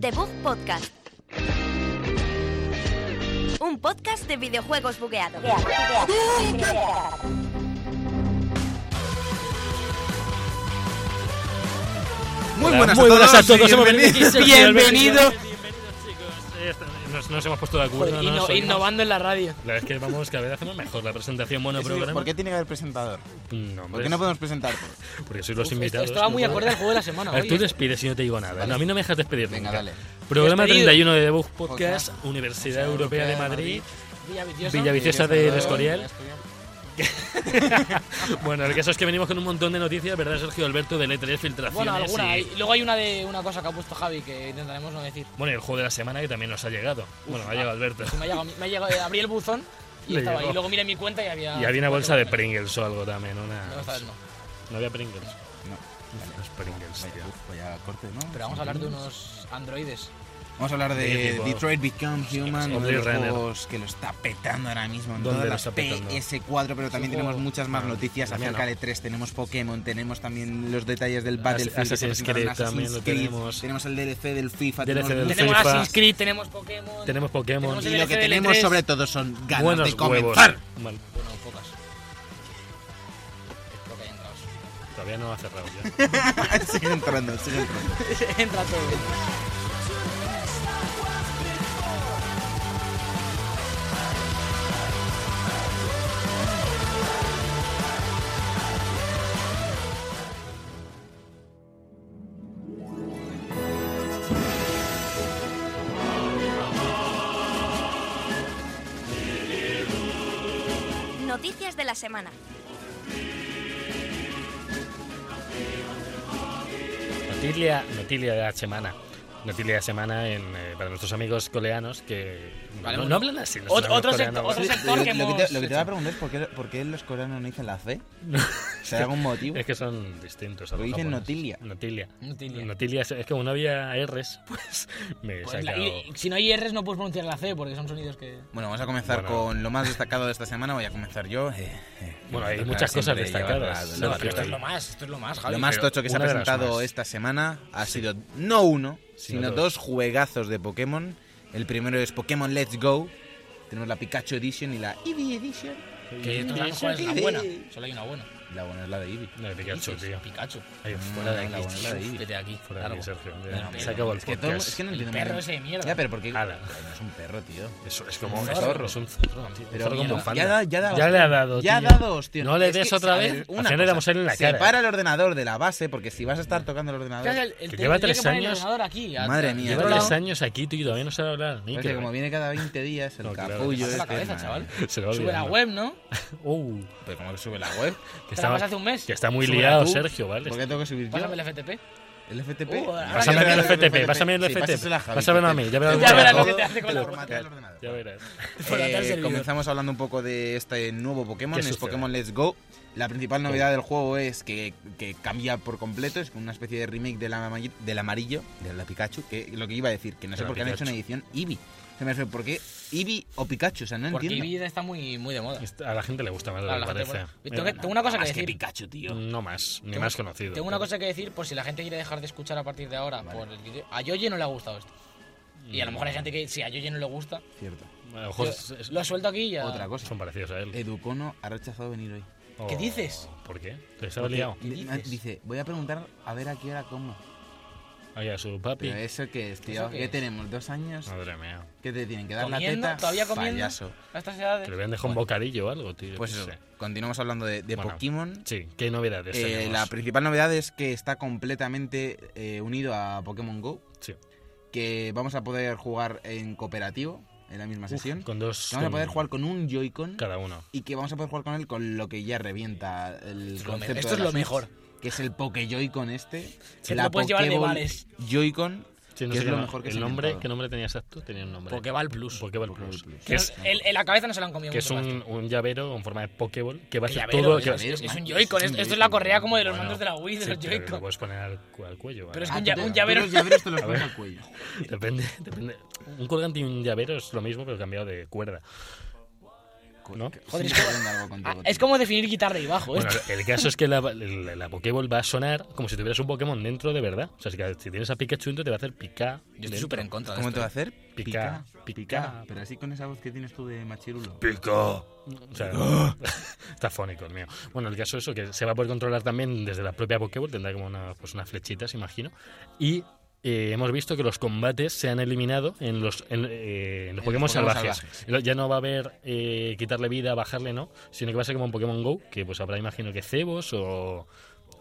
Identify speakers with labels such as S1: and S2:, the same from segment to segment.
S1: The Bug Podcast. Un podcast de videojuegos bugueados.
S2: Muy
S3: Hola,
S2: buenas,
S3: muy buenas
S2: a todos,
S3: a todos, hemos
S2: bienvenidos.
S3: venido-
S4: Bienvenidos,
S5: Bienvenido.
S4: chicos. Ya está, Nos, nos hemos puesto de acuerdo.
S5: Joder,
S4: ¿no?
S5: inno-
S4: Soy-
S5: innovando en la radio.
S4: La verdad es que vamos, cada vez hacemos mejor la presentación. Bueno,
S2: Eso,
S4: programa.
S2: ¿Por qué tiene que haber presentador?
S4: No, hombre,
S2: ¿Por qué no podemos presentar? Pues
S4: porque sois los
S5: Uf,
S4: invitados.
S5: esto estaba muy ¿eh?
S4: no puedo.
S5: acorde al juego de la semana.
S4: A ver,
S5: oye.
S4: tú despides y no te digo nada. No, a mí no me dejas despedir
S2: Venga,
S4: nunca.
S2: dale.
S4: Programa
S5: Despedido. Pues
S4: 31 de Debug Podcast,
S2: Podcast.
S4: Universidad Europea de Madrid.
S5: Villaviciosa.
S4: Villaviciosa del
S2: Villaviciosa,
S4: Escorial. Bueno, el caso es que venimos con un montón de noticias, ¿verdad, Sergio Alberto? De E3, filtraciones.
S5: Bueno, alguna.
S4: y-
S5: hay- Luego hay una de una cosa que ha puesto Javi que intentaremos no decir.
S4: Bueno, y el juego de la semana que también nos ha llegado. bueno,
S5: ah,
S4: ha llegado Alberto.
S5: Me ha llegado, me ha llegado- eh, abrí el buzón y
S4: Le
S5: estaba
S4: llegó.
S5: ahí. Luego miré mi cuenta y había.
S4: Y había una bolsa de
S5: cuatro
S4: Pringles o algo también. Una...
S5: No, esta vez no.
S4: No había Pringles.
S2: No.
S4: Los Pringles,
S2: Vaya,
S4: tío.
S2: uf, vaya corte, ¿no?
S5: Pero vamos a hablar de unos androides.
S2: Vamos a hablar
S4: Sí,
S2: de
S4: tipo-
S2: Detroit Become Human, uno de los
S4: Blade Runner.
S2: juegos que lo está petando ahora mismo en
S4: ¿Dónde
S2: todas
S4: lo
S2: las
S4: está petando?
S2: PS4, pero también tenemos
S5: juego.
S2: muchas más
S4: Ah,
S2: noticias
S4: la mía
S2: acerca
S4: no.
S2: de 3. Tenemos Pokémon, tenemos también los detalles del Battlefield, que se
S4: Assassin's
S2: presentaron en
S4: Creed también
S2: Assassin's
S4: lo
S2: Creed,
S4: tenemos.
S2: tenemos el DLC del FIFA,
S4: DLC del
S2: muchas-
S5: Tenemos
S4: FIFA.
S5: Assassin's Creed, tenemos Pokémon.
S4: Tenemos Pokémon.
S5: Tenemos
S2: y lo que
S5: DLC del
S2: tenemos
S5: E3.
S2: sobre todo son ganas
S4: Buenos
S2: de
S4: huevos.
S2: comenzar.
S4: Mal.
S5: Bueno, pocas. Espero que hayan entrado.
S4: Todavía no ha cerrado ya.
S2: sigue entrando, sigue entrando.
S5: Entra todo.
S1: Noticias de la semana.
S4: Notilia, notilia de la semana. Notilia de la semana en, eh, para nuestros amigos coleanos que
S5: Vale,
S4: no,
S5: bueno.
S4: no hablan así. nuestros
S5: Otro- otro
S4: amigos
S5: sector,
S4: coreanos.
S5: otro sector.
S2: Lo,
S5: sector que
S2: lo que
S5: hemos
S2: te, lo que te voy a
S5: hecho.
S2: preguntar es por qué, por qué los coreanos no dicen la C. ¿Será algún motivo?
S4: Es que son distintos. a
S2: Lo
S4: los
S2: dicen
S4: japoneses.
S2: notilia.
S4: Notilia.
S5: Notilia.
S4: Notilia, Es es que como no había R's, pues me he
S5: Pues la-
S4: sacado.
S5: y- y si no hay R's no puedes pronunciar la C porque son sonidos que...
S2: Bueno, vamos a comenzar
S4: Bueno.
S2: con lo más destacado de esta semana. Voy a comenzar yo. eh, eh, que
S4: Bueno,
S2: me
S4: hay
S2: toca
S4: muchas cosas
S2: siempre llevar
S4: destacadas.
S2: la- la-
S4: No,
S2: la-
S4: pero esto es lo
S5: más, esto es lo más,
S2: Lo más
S4: pero
S2: tocho que se ha
S4: una de las
S2: presentado
S4: más.
S2: esta semana ha sido no uno,
S4: Sino
S2: sino,
S4: dos.
S2: dos juegazos de Pokémon. El primero es Pokémon Let's Go. Tenemos la Pikachu Edition y la Eevee Edition.
S5: Que no sabemos cuál es la buena. Solo hay una buena.
S2: La buena es la de Eevee.
S4: No, de Pikachu, tío.
S5: Pikachu.
S4: Ahí, fuera de
S2: No,
S4: aquí.
S2: la buena es la de Eevee.
S5: Vete de aquí.
S4: Fuera de aquí,
S5: largo.
S4: Sergio. Ya,
S5: Bueno,
S4: se acabó el
S2: Es que, todo-
S4: podcast.
S2: es que no
S5: El
S2: entiendo muy
S5: perro
S2: bien.
S5: ese de mierda.
S2: Ya, pero porque
S4: Ala.
S2: No es un perro, tío.
S4: Eso es como
S5: Un
S4: es-
S2: zorro.
S4: Es un zorro. tío. Un
S2: Pero
S4: zorro con
S2: mierda.
S4: bufanda.
S2: Ya da- ya da
S4: le ha
S2: hostia.
S4: dado.
S2: Ya
S4: tío.
S2: ha dado, hosostia.
S4: No le
S2: Es
S4: des
S2: que,
S4: otra
S2: a
S4: vez.
S2: ver,
S4: al
S2: una
S4: final le
S2: cosa.
S4: damos él en la cara.
S2: Separa el ordenador de la base, porque si vas a estar tocando el
S5: Claro,
S2: ordenador.
S5: el- el-
S4: Que
S5: el-
S4: lleva
S5: el día
S4: tres
S5: que pone el
S4: años.
S5: ordenador aquí. al-
S2: Madre
S5: al-
S2: mía,
S5: al
S4: Lleva
S5: otro
S2: Claro.
S4: tres
S5: lado.
S4: años aquí, tío, y todavía no sabe hablar. Ni
S2: Parece
S4: que-
S2: que como viene cada 20 días, el
S4: No, claro.
S2: capullo.
S5: Haz la
S2: este,
S5: cabeza,
S2: madre.
S5: chaval.
S4: Se lo va
S5: Sube la
S4: olvidando.
S5: web, ¿no?
S4: Uh,
S2: Pero como que sube la web.
S4: que,
S5: Te la
S4: está,
S5: pasé hace un mes.
S4: que está muy
S2: Súbela
S4: liado,
S2: tú.
S4: Sergio, ¿vale?
S2: ¿Por qué tengo que subir yo?
S5: Pásame el FTP.
S2: ¿El FTP?
S5: Uh, ahora
S4: Pásame
S5: que-
S4: el FTP, pásame el
S2: Sí,
S4: FTP.
S2: pásasela a Javi,
S4: Pásamelo a
S2: que
S4: mí,
S2: te-
S4: ya verás,
S5: Ya
S4: lo que
S5: verás
S4: hago.
S5: lo que te hace con la
S2: Formatea el ordenador.
S4: Ya verás.
S5: Formatea el
S2: Eh,
S5: servidor.
S2: comenzamos hablando un poco de este nuevo Pokémon,
S4: ¿Qué
S2: es
S4: sucede?
S2: Pokémon Let's Go. La principal novedad del juego es que, que cambia por completo, es una especie de remake del, ama- del amarillo, de la Pikachu, que lo que iba a decir, que no
S4: De
S2: sé
S4: la
S2: por qué han hecho
S4: Pikachu.
S2: una edición Eevee. Se me hace, ¿por qué Eevee o Pikachu? O sea, no
S5: Porque mi
S2: entiendo.
S5: vida está muy, muy de moda.
S4: Esta- A la gente le gusta más, de Ah, lo
S5: Claro,
S4: que
S5: la gente-
S4: parece.
S5: bueno, tengo, que- tengo una cosa que
S2: Más que
S5: decir.
S2: Pikachu, tío.
S4: No más, ni
S5: Tengo-
S4: más conocido.
S5: Tengo una cosa que decir por si la gente quiere dejar de escuchar a partir de ahora. Por el vídeo. A Yoye no le ha gustado esto. Y a lo mejor hay gente que si a Yoye no le gusta,
S2: Cierto.
S4: A lo mejor
S5: yo-
S4: Mm. es- es-
S5: lo suelto aquí y ya.
S2: Otra cosa.
S4: son parecidos a él.
S2: Educono ha rechazado venir hoy.
S4: Oh,
S5: ¿Qué dices?
S4: ¿Por qué? ¿Te estaba liado?
S5: ¿Qué dices?
S2: Dice, voy a preguntar a ver a qué hora como.
S4: Ahí a su papi.
S2: Pero eso que es, tío.
S5: ¿Eso
S2: ¿Qué
S5: qué es?
S2: tenemos? ¿Dos años?
S4: Madre mía.
S2: ¿Qué te tienen que dar la
S5: ¿Comiendo?
S2: teta?
S5: ¿Todavía comiendo?
S2: Payaso.
S5: A estas edades.
S4: Que le habían dejado un bocadillo o algo, tío.
S2: Pues
S4: yo
S2: eso,
S4: qué sé.
S2: continuamos hablando de, de
S4: Bueno,
S2: Pokémon.
S4: Sí, ¿qué novedades
S2: Eh,
S4: tenemos?
S2: la principal novedad es que está completamente eh, unido a Pokémon Go,
S4: Sí.
S2: que vamos a poder jugar en cooperativo en la misma sesión.
S4: Con dos...
S2: que vamos a
S4: con
S2: poder jugar con un Joy-Con
S4: Cada uno.
S2: y que vamos a poder jugar con él con lo que ya revienta el
S5: lo me-
S2: concepto.
S5: esto
S2: de
S5: es
S2: la
S5: lo
S2: Switch,
S5: mejor.
S2: Que es el Poké Joy-Con este.
S5: que
S2: la
S5: lo puedes llevar de
S2: Pokéball
S5: bares.
S2: Joy-Con,
S4: Sí, no
S2: que
S4: sé
S2: es
S4: qué
S2: lo
S4: no-
S2: mejor que se
S4: el
S2: ha
S4: nombre,
S2: inventado.
S4: ¿Qué nombre tenía exacto? Tenía un nombre.
S5: Pokéball Plus.
S4: Pokéball
S2: Pokéball
S4: Plus.
S2: Plus.
S4: Que es,
S5: No, el- en la cabeza no se lo han comido.
S4: que es
S5: mucho,
S4: un, un llavero con forma de Pokéball que va a
S5: parece.
S4: hacer
S5: Llavero,
S4: todo...
S5: es,
S4: que-
S5: es- es un
S2: es
S5: Joy-Con.
S2: un
S5: es- Esto es
S2: Joy-Con.
S5: la correa como de los
S4: Bueno,
S5: mandos de la Wii, de
S4: sí,
S5: los
S4: pero que Lo
S5: Joy-Con.
S4: puedes poner al, cu- al cuello. ¿vale?
S5: Pero es
S2: Ah,
S5: un
S2: tú
S5: lla-
S2: te-
S5: un
S2: tú
S5: llavero.
S2: los llaveros te los
S4: A ver.
S2: pones al cuello.
S4: Depende, depende. Un colgante y un llavero es lo mismo, pero cambiado de cuerda. ¿no?
S5: Joder,
S2: Siempre
S5: es como-
S2: aprendo algo contigo,
S5: Ah, es
S2: tío.
S5: como definir guitarra y bajo, ¿eh?
S4: Bueno, el caso es que la, la, la Pokéball va a sonar como si tuvieras un Pokémon dentro de verdad. O sea, si, si tienes a Pikachu dentro te va a hacer pica.
S5: Yo estoy súper en contra de
S2: ¿Cómo te
S5: esto.
S2: va a hacer?
S4: Pica, pica,
S2: Pero así con esa voz que tienes tú de machirulo.
S4: O sea,
S2: ¡Ah!
S4: está fónico el mío. Bueno, el caso es eso, que se va a poder controlar también desde la propia Pokéball, tendrá como una, pues unas flechitas, imagino. Y eh, hemos visto que los combates se han eliminado en los, en, eh, en los Pokémon
S2: Pokémon
S4: salvajes.
S2: salvajes.
S4: Lo- Ya no va a haber eh, quitarle vida, bajarle, no, sino que va a ser como en Pokémon Go, que pues habrá, imagino, que cebos o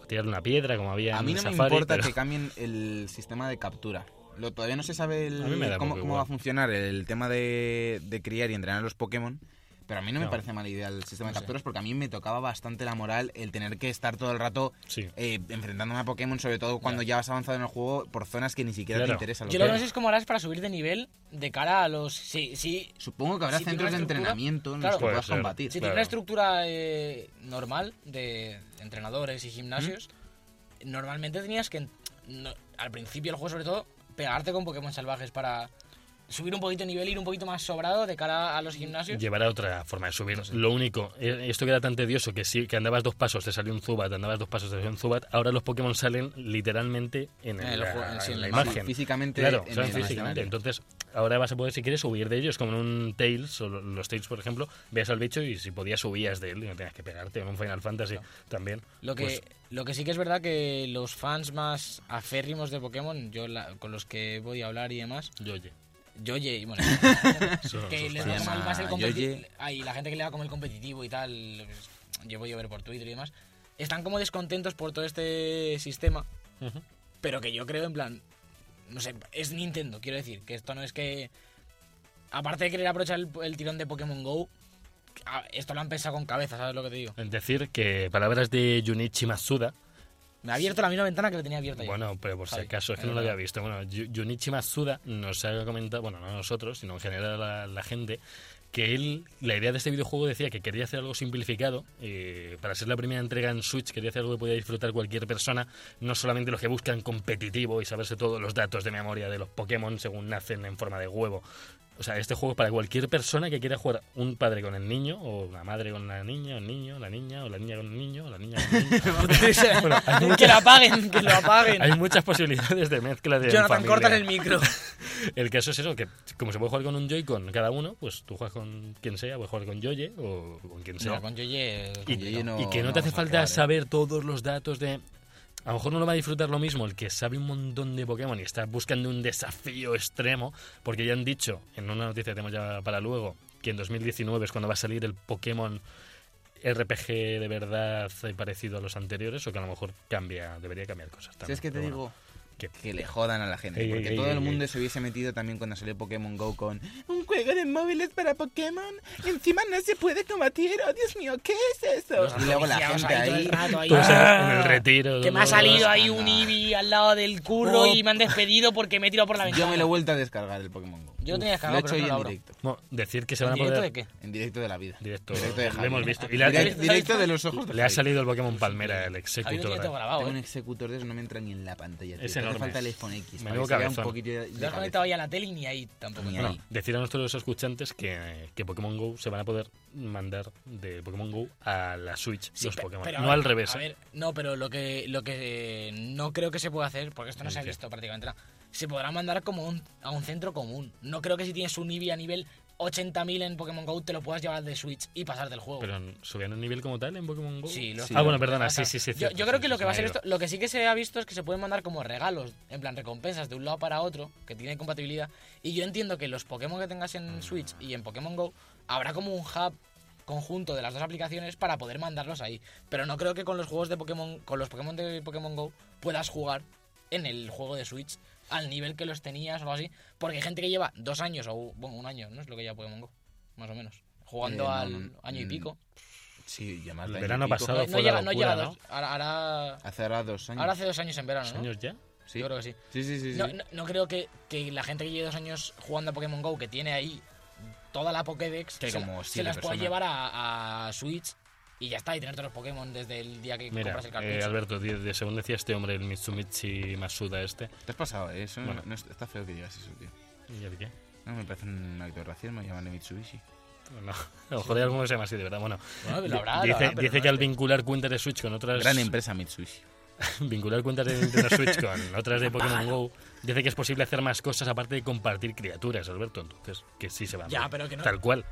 S4: tirarle una piedra, como había
S2: A
S4: en
S2: mí no me
S4: Safari.
S2: importa
S4: pero-
S2: que cambien el sistema de captura. Lo, todavía no se sabe el-
S4: A mí me da
S2: cómo,
S4: poco
S2: cómo va a
S4: igual.
S2: funcionar el tema de, de criar y entrenar a los Pokémon. Pero a mí no,
S4: No.
S2: me parece mala idea el sistema
S5: No
S2: de
S5: sé.
S2: capturas porque a mí me tocaba bastante la moral el tener que estar todo el rato
S4: Sí.
S2: eh, enfrentándome a Pokémon, sobre todo cuando ya has avanzado en el juego por zonas que ni siquiera te
S4: Claro.
S2: interesan.
S5: Yo lo que no sé es cómo harás para subir de nivel de cara a los. Sí, sí.
S2: Supongo que habrá
S5: Si tiene
S2: centros
S5: una
S2: de
S5: estructura-
S2: entrenamiento en
S5: Claro.
S2: los que
S4: Puede
S2: puedas
S4: ser.
S2: combatir.
S5: Si
S4: Claro.
S5: tiene una estructura eh, normal de entrenadores y gimnasios, normalmente tenías que, no- al principio del juego sobre todo, pegarte con Pokémon salvajes para subir un poquito de nivel, ir un poquito más sobrado de cara a los gimnasios.
S4: Llevará otra forma de subir. Lo único, eh, esto que era tan tedioso que sí, que andabas dos pasos, te salió un Zubat, andabas dos pasos, te salió un Zubat. Ahora los Pokémon salen literalmente en,
S5: En el
S4: la,
S5: juego, sí,
S4: en
S5: en
S4: la
S5: el
S4: imagen.
S2: Físicamente,
S4: Claro,
S2: en
S4: salen
S2: el
S4: físicamente.
S2: escenario.
S4: Entonces, ahora vas a poder, si quieres, subir de ellos, como en un Tails, o lo- los Tails, por ejemplo, veas al bicho y si podías subías de él y no tenías que pegarte. En un Final Fantasy también.
S5: Lo que,
S4: Pues,
S5: lo que sí que es verdad que los fans más aférrimos de Pokémon, yo la- con los que voy a hablar y demás,
S4: yo, oye,
S5: yo y bueno,
S4: son
S5: que
S4: sus
S5: les
S4: fans.
S5: da como el- más el
S2: Ah,
S5: competitivo.
S2: Yoye.
S5: la gente que le da como el competitivo y tal, pues, yo voy a ver por Twitter y demás, están como descontentos por todo este sistema,
S4: Ujú.
S5: pero que yo creo en plan, no sé, es Nintendo, quiero decir, que esto no es que, aparte de querer aprovechar el, el tirón de Pokémon Go, a- esto lo han pensado con cabeza, ¿sabes lo que te digo?
S4: Decir que palabras de Junichi Matsuda,
S5: Me ha abierto la misma ventana que le tenía abierta yo.
S4: Bueno, pero por si
S5: Javi,
S4: acaso, es que
S5: es
S4: no lo había
S5: verdad.
S4: visto. Bueno, Yu- Junichi Matsuda nos ha comentado, bueno, no a nosotros, sino en general a la, la gente, que él, la idea de este videojuego decía que quería hacer algo simplificado. eh, para ser la primera entrega en Switch, quería hacer algo que podía disfrutar cualquier persona, no solamente los que buscan competitivo y saberse todos los datos de memoria de los Pokémon según nacen en forma de huevo. O sea, este juego es para cualquier persona que quiera jugar un padre con el niño, o una madre con la niña, o el niño, la niña, o la niña con el niño, o la niña con el niño. Bueno, hay muchas-
S5: que lo apaguen, que lo apaguen.
S4: hay muchas posibilidades de mezcla de
S5: Jonathan,
S4: familia.
S5: cortan el micro.
S4: El caso es eso, que como se puede jugar con un Joy-Con cada uno, pues tú juegas con quien sea, puedes jugar con Yoye o con quien sea.
S5: No, con Yoye.
S4: y,
S2: con Yoye no-
S4: y que no,
S2: no
S4: te hace
S2: vamos a
S4: falta
S2: jugar, ¿eh?
S4: saber todos los datos de... A lo mejor no lo va a disfrutar lo mismo el que sabe un montón de Pokémon y está buscando un desafío extremo, porque ya han dicho, en una noticia que tenemos ya para luego, que en 2019 es cuando va a salir el Pokémon RPG de verdad eh, parecido a los anteriores, o que a lo mejor cambia, debería cambiar cosas también.
S2: ¿Sabes qué te
S4: pero bueno.
S2: digo?
S4: ¿Qué?
S2: Que le jodan a la gente.
S4: Ey,
S2: porque
S4: ey,
S2: todo
S4: ey,
S2: el
S4: ey,
S2: mundo
S4: ey.
S2: se hubiese metido también cuando salió Pokémon Go con un juego de móviles para Pokémon. Encima no se puede combatir. Oh, Dios mío, ¿qué es eso? Y luego la gente ahí.
S4: Todos en- en el retiro.
S5: ¡Ah! Que me ha
S4: todos-
S5: salido ahí
S2: Anda.
S5: un Eevee al lado del curro
S2: Oh.
S5: y me han despedido porque me he tirado por la ventana.
S2: Yo me lo he vuelto a descargar el Pokémon Go.
S5: Yo lo tenía
S2: Uf,
S5: descargado,
S2: Lo he
S5: pero
S2: hecho
S5: no
S2: hoy
S5: lo
S2: en
S5: abro.
S2: directo.
S4: Bueno, decir que se
S5: ¿En
S4: van a
S5: directo
S4: poder...
S5: de qué? Ah,
S2: En directo de la vida.
S4: Directo,
S2: Directo de
S4: lo
S2: Javi.
S4: hemos visto. Y le, ha-
S2: Direct-
S5: ¿Sabes-
S2: directo
S5: sabes-
S2: de los ojos de
S4: le ha
S2: Javi.
S4: salido el Pokémon Palmera, el
S5: Javi lo
S4: executor.
S5: tiene todo grabado,
S2: Tengo un
S5: ¿eh?
S2: executor de eso, no me entra ni en la pantalla. tío.
S4: Es
S2: Te hace
S4: enorme.
S2: falta el iPhone X.
S4: Menudo
S2: para que se vea
S4: cabezón.
S2: un poquito de- de
S5: Lo has
S2: cabeza.
S5: conectado ahí a la tele y ni ahí tampoco.
S2: Ni
S5: ¿no?
S2: ahí.
S4: Decir a nuestros escuchantes que, que Pokémon Go se van a poder mandar de Pokémon Go a la Switch
S5: Sí,
S4: los
S5: pe-
S4: Pokémon.
S5: pero a
S4: no
S5: ver,
S4: al revés.
S5: a
S4: ¿eh?
S5: ver, no, pero lo que, lo que eh, no creo que se pueda hacer, porque esto no
S4: ¿El
S5: se ha
S4: qué?
S5: visto prácticamente nada, se podrá mandar como un- a un centro común. No creo que si tienes un Eevee a nivel 80.000 en Pokémon GO te lo puedas llevar de Switch y pasar del juego.
S4: Pero subían un nivel como tal en Pokémon Go.
S5: Sí, lo-
S4: ah,
S2: lo-
S4: bueno, perdona,
S5: O sea,
S4: sí, sí, sí.
S5: Yo,
S4: cierto,
S5: yo creo
S4: sí,
S5: que lo
S4: sí,
S5: que
S4: se
S5: va
S4: me
S5: a ser
S4: ha
S5: esto,
S4: ido.
S5: lo que sí que se ha visto es que se pueden mandar como regalos, en plan recompensas de un lado para otro, que tienen compatibilidad. Y yo entiendo que los Pokémon que tengas
S4: Mm.
S5: en Switch y en Pokémon Go, habrá como un hub conjunto de las dos aplicaciones para poder mandarlos ahí. Pero no creo que con los juegos de Pokémon, con los Pokémon de Pokémon Go, puedas jugar en el juego de Switch al nivel que los tenías o algo así. Porque hay gente que lleva dos años o bueno, un año, ¿no? Es lo que lleva Pokémon Go, más o menos. Jugando
S2: Eh, no,
S5: al
S2: no,
S5: año y
S2: mm,
S5: pico.
S2: Sí, ya más
S4: El
S2: de año y
S4: verano
S2: pico.
S4: pasado
S5: no,
S4: fue
S5: llega,
S4: la
S5: no
S4: locura,
S5: llega
S4: ¿no?
S5: dos. Ahora- ahora
S2: Hace ahora dos años.
S5: Ahora hace dos años en verano, ¿no?
S4: ¿Años Ah. ya?
S2: Sí.
S5: Yo creo que sí.
S2: Sí, sí, sí. sí.
S5: No, no, no creo que, que la gente que lleve dos años jugando a Pokémon GO, que tiene ahí toda la Pokédex,
S2: Que
S5: se,
S2: como
S5: la- se
S2: siete
S5: las pueda
S2: personas.
S5: llevar a, a Switch y ya está, y tener todos los Pokémon desde el día que
S4: Mira,
S5: compras el
S4: eh,
S5: cartucho.
S4: Alberto, de, de- según decía este hombre, el Mitsumichi Masuda este.
S2: Te has pasado, eh, eso no-
S4: Bueno.
S2: no es- está feo que digas eso, tío.
S4: ¿Y el qué?
S2: No, me parece un acto de racismo llamarle Mitsubishi.
S4: No, a lo mejor hay alguno que se llama así, de verdad. Bueno,
S5: Bueno, lo habrá, lo
S4: dice,
S5: habrá, pero
S4: dice
S5: no
S4: que al
S5: sé.
S4: vincular cuentas de Switch con otras.
S2: Gran empresa Mitsubishi.
S4: vincular cuentas de Nintendo Switch con otras de Pokémon Go. Dice que es posible hacer más cosas aparte de compartir criaturas, Alberto. Entonces, que sí se va. a
S5: Ya,
S4: morir.
S5: pero que no-
S4: Tal cual.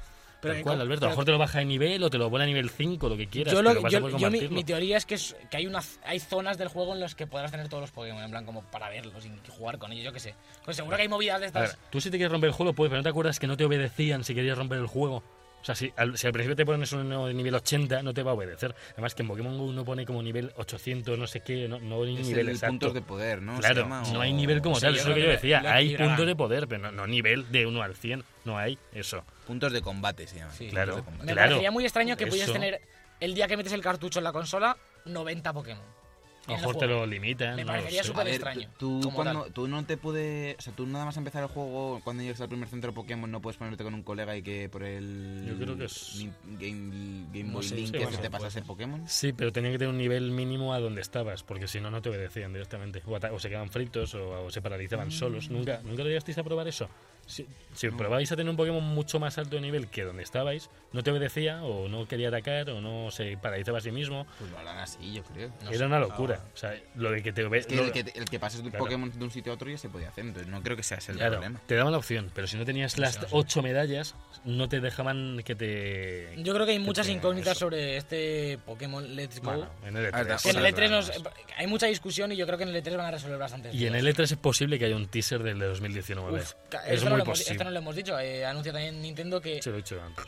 S5: pero
S4: Tal
S5: que
S4: cual,
S5: com-
S4: Alberto. A lo
S5: pero
S4: mejor
S5: que-
S4: te lo baja de nivel o te lo pone a nivel 5, lo que quieras.
S5: Yo,
S4: pero
S5: lo,
S4: vas a
S5: yo,
S4: poder
S5: yo mi,
S4: compartirlo.
S5: mi teoría es que, es- que hay, una, hay zonas del juego en las que podrás tener todos los Pokémon, en plan, como para verlos y jugar con ellos, yo qué sé. Pues seguro que hay movidas de
S4: A ver,
S5: estas.
S4: tú si te quieres romper el juego, puedes, pero no te acuerdas que no te obedecían si querías romper el juego. O sea, si al, si al principio te pones uno de nivel 80, no te va a obedecer. Además que en Pokémon Go uno pone como nivel 800, no sé qué, no, no hay
S2: Es
S4: nivel
S2: el
S4: exacto.
S2: puntos de poder, ¿no? Se
S4: Claro,
S2: llama,
S4: no
S2: o-
S4: hay nivel como
S5: Sí,
S4: tal,
S5: yo
S4: eso es lo que yo
S5: creo que
S4: decía.
S5: lo
S4: hay
S5: equilibrarán.
S4: puntos de poder, pero no, no nivel de 1 al 100, no hay eso.
S2: Puntos de combate se llama.
S5: Sí.
S2: puntos de
S4: Claro.
S2: combate.
S5: Me
S4: claro,
S5: parecería muy extraño que pudieras
S4: eso.
S5: tener, el día que metes el cartucho en la consola, 90 Pokémon.
S4: A
S5: en
S4: lo
S5: el
S4: mejor te
S5: juego.
S4: lo limitan.
S5: Me
S4: no lo
S5: parecería
S4: sé.
S2: A
S5: súper-
S2: ver,
S5: extraño,
S2: tú,
S5: como
S2: cuando, tú no te puedes. O sea, tú nada más empezar el juego, cuando llegues al primer centro Pokémon, no puedes ponerte con un colega y que por el.
S4: Yo creo que es-
S2: Ni- Game, Game
S4: No
S2: Boy
S4: sé,
S2: Link
S4: sí,
S2: que
S4: bueno,
S2: te
S4: puede
S2: pasas
S4: ser.
S2: el Pokémon.
S4: Sí, pero tenía que tener un nivel mínimo a donde estabas, porque si no, no te obedecían directamente. O, ata- o se quedaban fritos o, o se
S2: Mm.
S4: paralizaban solos. ¿Nunca, ¿Nunca lo llegasteis a probar eso? Si, si probabais a tener un Pokémon mucho más alto de nivel que donde estabais, no te obedecía o no quería atacar o no se paralizaba a sí mismo.
S2: Pues lo harán así, yo creo.
S4: Era una locura. O sea, lo de que te obe-
S2: Es que
S4: lo-
S2: el que, el que pases de un
S4: Claro.
S2: Pokémon de un sitio a otro ya se podía hacer, entonces no creo que sea ese el
S4: Claro,
S2: problema.
S4: te daban la opción, pero si no tenías las
S5: sí, no sé.
S4: ocho medallas, no te dejaban que te...
S5: Yo creo que hay muchas
S4: tenga
S5: incógnitas
S4: eso.
S5: sobre este Pokémon Let's Go.
S4: Bueno, en el E E3.
S2: A ver,
S5: Que en el
S2: cosas
S5: E3 nos-
S4: raras.
S5: hay mucha discusión y yo creo que en el E3 van a resolver bastante.
S4: Y en el E3 es posible que haya un teaser del de 2019.
S5: Uf, ca-
S4: es
S5: esto, no
S4: muy
S5: lo hemos, esto no
S4: posible.
S5: lo hemos dicho. eh, anuncia también Nintendo que,
S4: Se lo he dicho antes.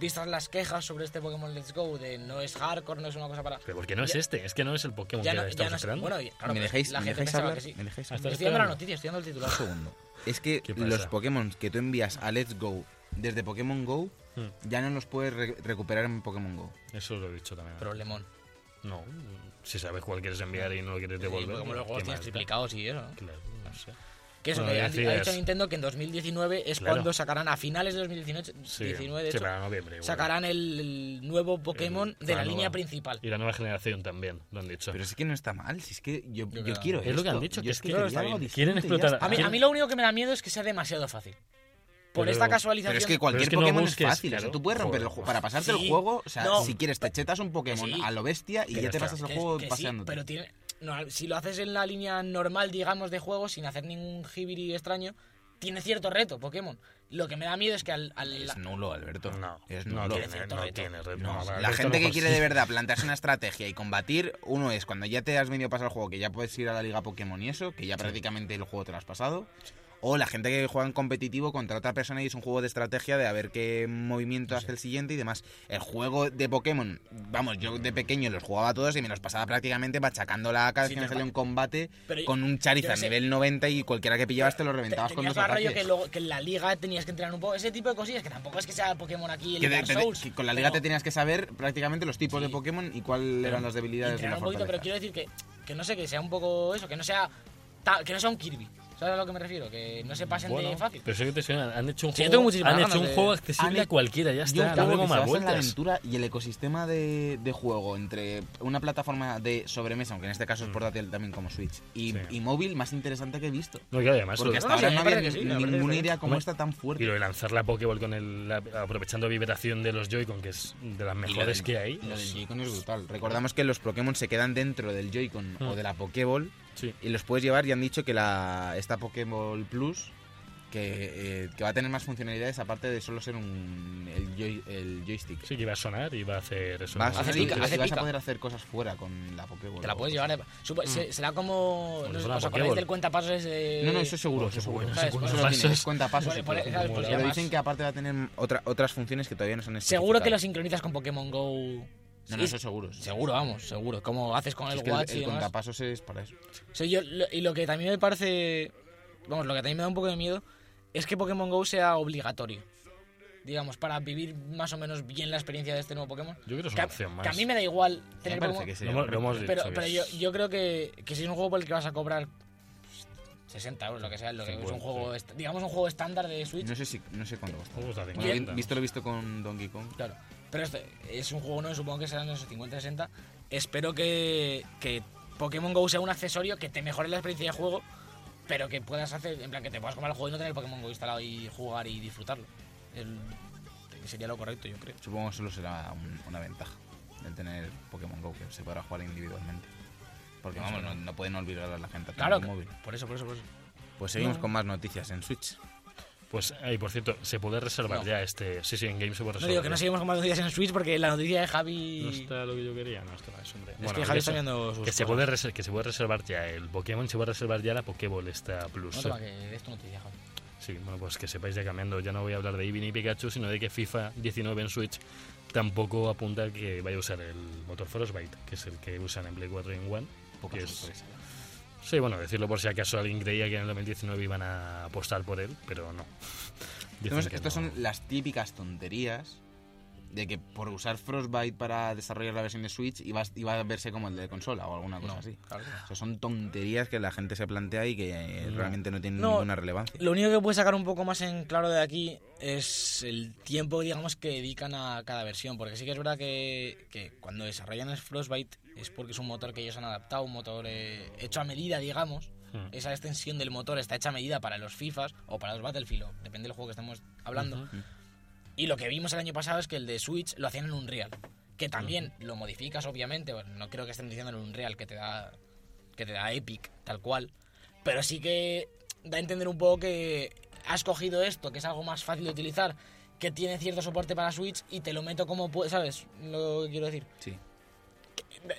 S5: vistas las quejas sobre este Pokémon Let's Go, de no es hardcore, no es una cosa para.
S4: Pero porque no es
S5: Ya-
S4: este, es que no es el Pokémon
S5: ya
S4: que
S5: no- ya
S4: estamos
S5: no es-
S4: esperando.
S5: Bueno, y- claro,
S2: ¿Me
S5: pues
S2: dejáis,
S5: la
S2: me
S5: gente
S2: dejáis
S5: pensaba
S2: hablar?
S5: que sí.
S2: ¿Me dejáis
S4: Hasta
S2: hablar?
S4: Estás
S5: Estoy dando la
S4: esperando.
S5: noticia, estoy dando el
S2: Un
S5: titular.
S2: segundo. Es que
S4: ¿Qué
S2: los
S4: pasa?
S2: Pokémon que tú envías a Let's Go desde Pokémon Go
S4: Hmm.
S2: ya no los puedes re- recuperar en Pokémon Go.
S4: Eso lo he dicho también.
S5: Problemón.
S4: no, si sabes cuál quieres enviar y no lo quieres
S5: Sí, porque
S4: devolver.
S5: como los
S4: ¿qué
S5: juegos tienes
S4: más da?
S5: triplicados y eso, ¿no?
S4: Claro, no sé.
S5: Que eso,
S4: Bueno,
S5: que ha, ha
S4: decías-
S5: dicho Nintendo que en 2019 es
S4: Claro.
S5: cuando sacarán, a finales de 2019,
S4: Sí,
S5: 19, de
S4: sí,
S5: hecho,
S4: para noviembre. igual.
S5: sacarán el, el nuevo Pokémon
S4: El-
S5: de
S4: la
S5: la
S4: nueva.
S5: línea principal.
S4: Y la nueva generación también, lo han dicho.
S2: Pero es que no está mal, si es que yo,
S5: Yo
S2: yo
S5: creo-
S2: quiero
S4: es lo que han
S2: esto,
S4: dicho,
S2: yo
S4: que es que
S2: quería
S4: está
S2: algo
S4: bien.
S2: distinto
S4: Quieren
S2: y ya
S4: explotar-
S2: está.
S5: A mí, a
S4: ¿Quién-
S5: mí lo único que me da miedo es que sea demasiado fácil. Por
S4: Pero-
S5: esta
S4: pero es
S5: casualización.
S2: Pero es que cualquier
S4: es que no
S2: Pokémon
S4: busques,
S2: es fácil, o sea,
S4: claro.
S2: tú puedes romper el
S4: Joder.
S2: juego. Para pasarte
S5: Sí.
S2: el juego, o sea,
S5: No.
S2: si quieres te chetas un Pokémon
S5: Que sí.
S2: a lo bestia y
S4: Que
S2: ya,
S4: ya
S2: te
S4: está.
S2: pasas el
S5: Que-
S2: juego
S5: que sí,
S2: paseándote.
S5: pero tiene. no, si lo haces en la línea normal, digamos, de juego, sin hacer ningún jibiri extraño, tiene cierto reto Pokémon. Lo que me da miedo es que al. al-
S2: Es
S5: la-
S2: nulo, Alberto.
S4: No,
S2: es
S4: no,
S2: nulo.
S4: tiene,
S5: Cierto
S4: no
S5: reto.
S4: tiene reto.
S2: No,
S4: No, para
S2: la
S4: esto
S2: gente que
S4: mejor
S2: quiere
S4: sí.
S2: de verdad plantarse una estrategia y combatir, uno es cuando ya te has venido a pasar el juego, que ya puedes ir a la liga Pokémon y eso, que ya prácticamente el juego te lo has pasado. O la gente que juega en competitivo contra otra persona y es un juego de estrategia de a ver qué movimiento hace el siguiente y demás. El juego de Pokémon, vamos, yo de pequeño los jugaba todos y me los pasaba prácticamente machacándola cada vez
S5: Sí,
S2: que me
S5: pero-
S2: salía un combate
S5: pero-
S2: con un
S5: yo
S2: Charizard
S5: qué sé.
S2: nivel 90 y cualquiera que pillabas te lo
S5: te-
S2: reventabas con
S5: tenías
S2: dos
S5: más rollo
S2: ataques.
S5: que, luego- que en la liga tenías que entrenar un poco. Ese tipo de cosillas que tampoco es que sea Pokémon aquí el
S2: Que te-
S5: Dark
S2: te-
S5: Souls.
S2: que con la liga
S5: pero-
S2: te tenías que saber prácticamente los tipos de
S5: Sí.
S2: Pokémon y cuáles eran las debilidades y
S5: entrenar
S2: las
S5: un poquito, pero
S2: fortalezas.
S5: quiero decir que, que no sé, que sea un poco eso, que no sea. ta- que no sea un Kirby. ¿Sabes a lo que me refiero? Que no se pasen de
S4: Bueno,
S5: fácil.
S4: pero eso que te suena, han hecho un
S5: Sí, yo tengo
S4: juego,
S5: muchísimas
S4: han
S5: ganas
S4: hecho un
S5: de-
S4: juego
S2: Han
S4: accesible
S2: he-
S4: a cualquiera, ya
S2: Yo
S4: está, no
S2: creo
S4: tengo
S2: que
S4: más
S2: se basa en la
S4: vueltas.
S2: aventura y el ecosistema de, de juego entre una plataforma de sobremesa, aunque en este caso es portátil también como Switch, y,
S4: Mm. Sí.
S2: y móvil más interesante que he visto.
S4: No, y además,
S2: Porque
S4: lo-
S2: hasta
S5: No, sí,
S2: ahora
S5: me
S2: no
S5: parece
S2: había
S5: que sí, me parece
S2: ninguna
S5: que sí.
S2: idea como
S4: Hombre,
S2: esta tan
S4: Y lo
S2: fuerte.
S4: de lanzar la Pokéball con el, la- aprovechando vibración de los Joy-Con, que es de las
S2: Y lo
S4: mejores
S2: del-
S4: que hay.
S2: y Lo del
S4: es-
S2: Joy-Con es brutal. Recordamos que los Pokémon se quedan dentro del Joy-Con
S4: Mm.
S2: o de la Pokéball
S4: sí.
S2: y los puedes llevar y han dicho que la esta Pokéball Plus que, eh, que va a tener más funcionalidades aparte de solo ser un el, joy- el joystick.
S4: Sí, que iba a sonar y iba a hacer eso.
S2: Vas, a
S5: Hace
S2: hacer-
S5: pica, hace
S2: y vas a
S5: pica.
S2: poder hacer cosas fuera con la Pokéball.
S5: Te la
S2: o
S5: puedes
S2: cosas
S5: llevar. de- supo-
S2: Mm.
S5: se- será como.
S4: Como
S5: No
S4: si
S5: sé,
S4: fuera
S5: ¿Os
S4: una
S5: acordáis
S4: Pokéball.
S5: del cuentapasos ese?
S2: No, no, eso seguro,
S4: Oh,
S2: eso
S4: qué
S2: seguro.
S4: bueno,
S2: Eso
S5: ¿sabes?
S2: lo
S5: Pues-
S2: tiene,
S4: pasos.
S2: es cuentapasos.
S5: Por- por-
S2: eso.
S5: ¿sabes? Pues
S2: Pero
S5: además-
S2: dicen que aparte va a tener otra- otras funciones que todavía no se han
S5: Seguro que lo
S2: especificado.
S5: sincronizas con Pokémon Go.
S2: No, no,
S5: Sí,
S2: eso seguro. eso
S5: Seguro, vamos, seguro. Como haces con el
S2: Es que
S5: Watch
S2: el,
S5: y
S2: el
S5: demás.
S2: contapasos es para eso.
S5: O sea, yo, lo- y lo que también me parece. Vamos, lo que también me da un poco de miedo es que Pokémon Go sea obligatorio. Digamos, para vivir más o menos bien la experiencia de este nuevo Pokémon.
S4: Yo creo que es
S5: Que
S4: una
S5: a,
S4: opción más.
S5: que a mí me da igual
S2: Me
S5: tener
S2: parece
S5: Pokémon.
S2: que
S4: Lo
S2: sería
S4: hemos- lo
S2: correcto.
S4: hemos dicho
S5: Pero,
S4: que
S5: pero
S4: es-
S5: yo, yo creo que, que si es un juego por el que vas a cobrar 60 euros, lo que sea, lo que es un
S4: 50,
S5: juego, est- digamos un juego estándar de Switch.
S2: No sé, si, no sé cuándo va a estar.
S4: Juegos de
S2: Bueno,
S4: 50.
S2: vi- visto lo visto con Donkey Kong.
S5: Claro. Pero este es un juego nuevo, supongo que serán esos 50, 60. Espero que, que Pokémon Go sea un accesorio que te mejore la experiencia de juego, pero que puedas hacer, en plan, que te puedas comprar el juego y no tener el Pokémon Go instalado y jugar y disfrutarlo. El- que sería lo correcto, yo creo.
S2: Supongo que solo será un- una ventaja el tener Pokémon Go, que se podrá jugar individualmente. Porque vamos, no, no pueden olvidar a la gente a tener
S5: Claro,
S2: un
S5: que-
S2: móvil.
S5: por eso, por eso, por eso.
S2: Pues seguimos con más noticias en Switch.
S4: Pues, ahí, por cierto, se puede reservar
S5: No.
S4: ya este. Sí, sí, en Game se puede
S5: No
S4: reservar.
S5: digo que no
S4: ya.
S5: seguimos con más noticias en Switch porque la noticia de
S4: No
S5: Javi.
S4: está lo que yo quería, no está, es hombre.
S5: Es que Javi está
S4: eso,
S5: viendo sus
S4: que se,
S5: cosas.
S4: puede reser- que se puede reservar ya el Pokémon, se puede reservar ya la Pokéball esta Plus.
S5: No toma, que es tu noticia, Javi.
S4: Sí, bueno, pues que sepáis ya cambiando. Ya no voy a hablar de Eevee ni Pikachu, sino de que FIFA 19 en Switch tampoco apunta que vaya a usar el motor Frostbite, que es el que usan en Play 4 y en One.
S2: Poca
S4: que es-
S2: sorpresa.
S4: Sí, bueno, decirlo por si acaso alguien creía que en el 2019 iban a apostar por él, pero no. Dicen
S2: Vemos,
S4: que
S2: estas
S4: no.
S2: son las típicas tonterías de que por usar Frostbite para desarrollar la versión de Switch iba, a- iba a verse como el de consola o alguna cosa así.
S5: claro que no.
S2: O sea, son tonterías que la gente se plantea y que eh,
S4: No.
S2: realmente no tienen
S5: No.
S2: ninguna relevancia.
S5: Lo único que puede sacar un poco más en claro de aquí es el tiempo, digamos, que dedican a cada versión. Porque sí que es verdad que, que cuando desarrollan el Frostbite es porque es un motor que ellos han adaptado, un motor eh, hecho a medida, digamos.
S4: Hmm.
S5: Esa extensión del motor está hecha a medida para los FIFAs o para los Battlefield, o depende del juego que estemos hablando. Y lo que vimos el año pasado es que el de Switch lo hacían en Unreal. Que también lo modificas, obviamente. bueno, no creo que estén diciendo en Unreal que te da. que te da Epic, tal cual. Pero sí que da a entender un poco que has cogido esto, que es algo más fácil de utilizar, que tiene cierto soporte para Switch, y te lo meto como puedes. ¿Sabes? Lo que quiero decir.
S2: Sí.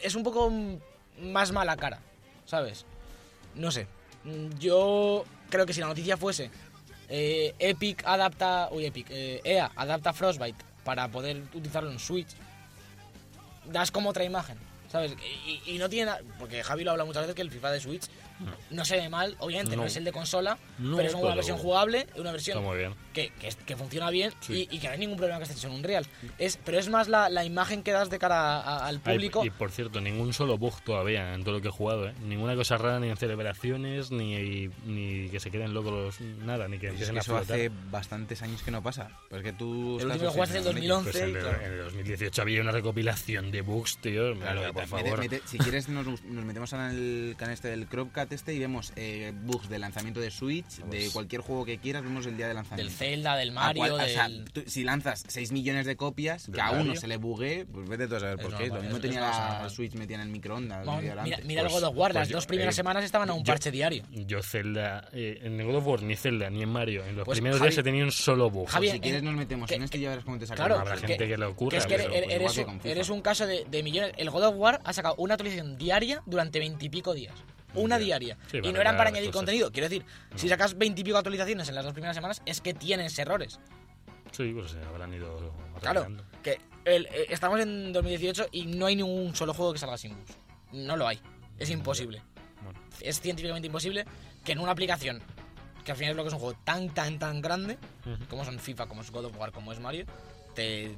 S5: Es un poco mm, más mala cara, ¿sabes? No sé. Mm, Yo creo que si la noticia fuese eh, Epic adapta. Uy, Epic. eh, EA adapta Frostbite para poder utilizarlo en Switch. Das como otra imagen, ¿sabes? Y, y- y no tiene nada. Porque Javi lo habla muchas veces que el FIFA de Switch no se ve mal, obviamente, no,
S4: No.
S5: es el de consola,
S4: No,
S5: pero es una
S4: pero-
S5: versión jugable, una
S4: Está
S5: versión
S4: muy bien.
S5: que, que, es- que funciona bien
S4: Sí.
S5: y, y que no hay ningún problema que esté hecho en Unreal. Es, pero es más la, la imagen que das de cara a- a- al
S4: Ay,
S5: público.
S4: y por cierto, ningún solo bug todavía en todo lo que he jugado, ¿eh? Ninguna cosa rara, ni en celebraciones, ni, ni que se queden locos, nada, ni que
S2: Pues Es
S4: empiecen
S2: que
S4: a
S2: eso
S4: flotar.
S2: hace bastantes años que no pasa. Pero es que tú.
S5: El
S2: estás
S5: último que jugaste es el
S2: obsesionado con ello.
S5: 2011.
S4: Pues en, el,
S5: claro.
S4: en el 2018 había una recopilación de bugs, tío.
S2: Claro,
S4: mira,
S2: y
S4: por
S2: te- mete-
S4: favor.
S2: mete- si quieres nos, bus- nos metemos en el canal este del Cropcat este y vemos eh, bugs de lanzamiento de Switch, de
S4: Pues-
S2: cualquier juego que quieras, vemos el día de
S5: Del
S2: lanzamiento.
S5: Zelda, del
S2: A cual-
S5: Mario,
S2: o sea,
S5: del-
S2: tú- si lanzas 6 millones de copias, que a
S4: Mario.
S2: uno se le bugue, pues vete tú a saber
S5: Es
S2: por qué.
S5: normal,
S2: Lo mismo
S5: es-
S2: tenía
S5: es más
S2: la
S5: normal.
S2: Switch metida en el microondas.
S5: Vamos,
S2: media hora
S5: mira,
S2: antes.
S5: mira
S4: Pues-
S5: el God of War,
S4: pues
S5: las
S4: yo-
S5: dos
S4: eh,
S5: primeras semanas estaban a un
S4: yo-
S5: parche diario.
S4: Yo Zelda, eh, en el God of War, ni Zelda, ni en Mario, en los
S5: Pues,
S4: primeros
S5: Javi-
S4: días se tenía un solo bug.
S5: Javi-
S2: si
S5: en-
S2: quieres nos metemos
S5: eh, que-
S2: en esto y ya verás cómo te sacas.
S5: Claro,
S2: la
S4: habrá
S2: Switch.
S4: gente que le ocurra,
S5: Que es que
S4: pero,
S5: eres,
S4: pues,
S5: eres
S2: igual que
S5: un,
S2: con FIFA.
S5: eres un caso de, de millones. El God of War ha sacado una actualización diaria durante veintipico días. Una
S4: Ya.
S5: diaria.
S4: Sí,
S5: y
S4: para
S5: no eran para
S4: agregar
S5: añadir
S4: cosas.
S5: contenido. Quiero decir, si sacas veintipico actualizaciones en las dos primeras semanas, es que tienes errores.
S4: Sí, pues se habrán ido
S5: Claro,
S4: arreglando.
S5: que el- eh, estamos en 2018 y no hay ningún solo juego que salga sin bugs. No lo hay. Es imposible.
S4: Bueno.
S5: Es científicamente imposible que en una aplicación, que al final es lo que es un juego tan, tan, tan grande,
S4: Ujú.
S5: como son FIFA, como es God of War, como es Mario, te,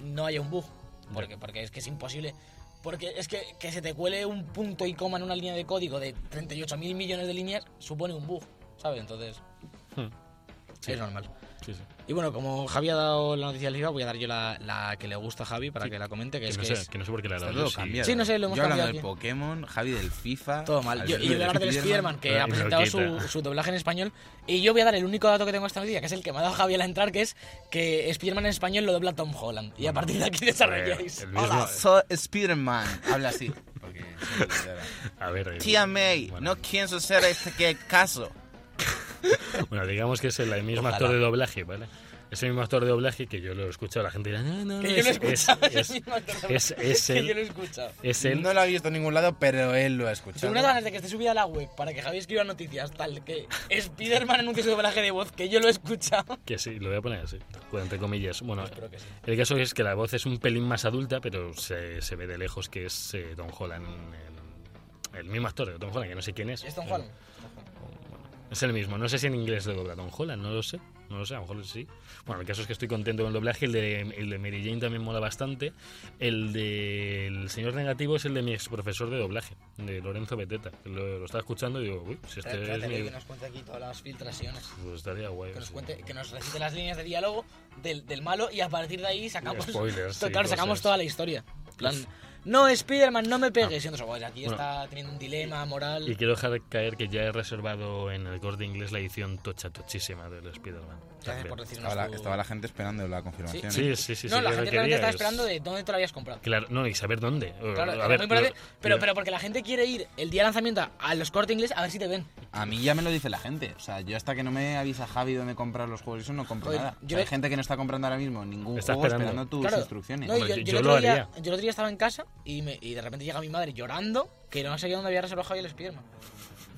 S5: no haya un bug. Porque, porque es que es imposible. Porque es que, que se te cuele un punto y coma en una línea de código de 38 mil millones de líneas supone un bug, ¿sabes? Entonces,
S4: Hmm.
S5: es normal.
S4: Sí, sí.
S5: Y bueno, como Javi ha dado la noticia del FIFA, voy a dar yo la, la que le gusta a Javi para que la comente, que
S4: Que
S5: es
S4: no,
S5: que
S4: sé,
S5: es
S4: que no sé por qué la he
S2: Está
S4: dado.
S2: todo
S4: yo, sí.
S2: cambiado.
S5: Sí, no sé, lo hemos
S2: Yo hablando
S5: cambiado
S2: del
S5: aquí.
S2: Pokémon, Javi del FIFA.
S5: todo mal. Yo,
S2: Alberto
S5: y yo voy a hablar del Spiderman, que ha
S4: Ay,
S5: presentado su,
S4: Blanquita.
S5: su doblaje en español. Y yo voy a dar el único dato que tengo esta noticia, que es el que me ha dado Javi al entrar, que es que Spiderman en español lo dobla Tom Holland. Y a partir de aquí
S4: A ver,
S5: desarrolláis.
S4: el
S2: Hola,
S4: mismo-
S2: soy Spiderman. Habla así. Porque soy-
S4: a ver, el-
S2: Tía May,
S4: bueno,
S2: no pienso ser este que caso.
S4: Bueno, digamos que es el, el mismo
S5: Ojalá.
S4: actor de doblaje, ¿vale? Es el mismo actor de doblaje que yo lo he escuchado. La gente dirá, no, no, no.
S5: Que yo
S4: es,
S5: no he escuchado
S4: es,
S5: ese mismo actor de
S4: es-
S5: doblaje.
S4: es
S5: Que yo
S4: él.
S5: lo he escuchado.
S4: Es él.
S2: No lo ha visto en ningún lado, pero él lo ha escuchado.
S5: Tengo unas ganas de que esté subida a la web para que Javi escriba noticias tal que Spiderman anuncie su doblaje de voz, que yo lo he escuchado.
S4: Que sí, lo voy a poner así, entre comillas. Bueno,
S5: Espero que sí.
S4: el caso es que la voz es un pelín más adulta, pero se, se ve de lejos que es eh, Don Holland, el, el mismo actor de Don Holland, que no sé quién es.
S5: ¿Es Tom Holland?
S4: Es el mismo. No sé si en inglés lo dobla Don Holland, no lo sé. No lo sé, a lo mejor sí. Bueno, el caso es que estoy contento con el doblaje. El de, el de Mary Jane también mola bastante. El de El Señor Negativo es el de mi ex profesor de doblaje, de Lorenzo Beteta. Lo, lo estaba escuchando y digo, uy, si este
S5: Espérate
S4: es
S5: que
S4: mi.
S5: nos cuente aquí todas las filtraciones.
S4: Pues estaría guay.
S5: que nos
S4: sí.
S5: cuente, que nos recite las líneas de diálogo del, del malo y a partir de ahí sacamos.
S4: Spoilers, sí,
S5: claro, sacamos
S4: cosas. Ah.
S5: toda la historia. En plan, no, Spider-Man, no me pegues. Y entonces, "Joder, aquí
S4: Bueno.
S5: está teniendo un dilema moral.
S4: Y quiero dejar caer que ya he reservado en el corte inglés la edición tocha, tochísima del Spider-Man.
S5: Gracias
S4: también.
S5: Eh, por decirnos
S2: Estaba la,
S5: tu-
S2: estaba la gente esperando la confirmación. ¿eh?
S4: Sí, sí, sí.
S5: No,
S4: sí,
S5: la
S4: yo
S5: gente
S4: quería,
S5: realmente está
S4: es-
S5: esperando de dónde te lo habías comprado.
S4: Claro, no, y saber dónde.
S5: Claro,
S4: a
S5: era
S4: ver,
S5: muy importante,
S4: yo-
S5: pero,
S4: yo-
S5: pero porque la gente quiere ir el día de lanzamiento a los cortes inglés a ver si te ven.
S2: A mí ya me lo dice la gente. O sea, yo hasta que no me avisa Javi dónde comprar los juegos, y eso no compro
S5: Joder,
S2: nada. O sea,
S5: yo-
S2: hay gente que no está comprando ahora mismo ningún
S4: Está
S2: juego esperando,
S4: esperando.
S2: tus
S5: Claro,
S2: instrucciones.
S5: no, y yo,
S4: Hombre,
S5: yo
S4: yo
S5: el
S4: lo
S5: otro día,
S4: haría.
S5: yo el otro día estaba en casa y, me- y de repente llega mi madre llorando que no sabía dónde había reservado Javier el Spiderman.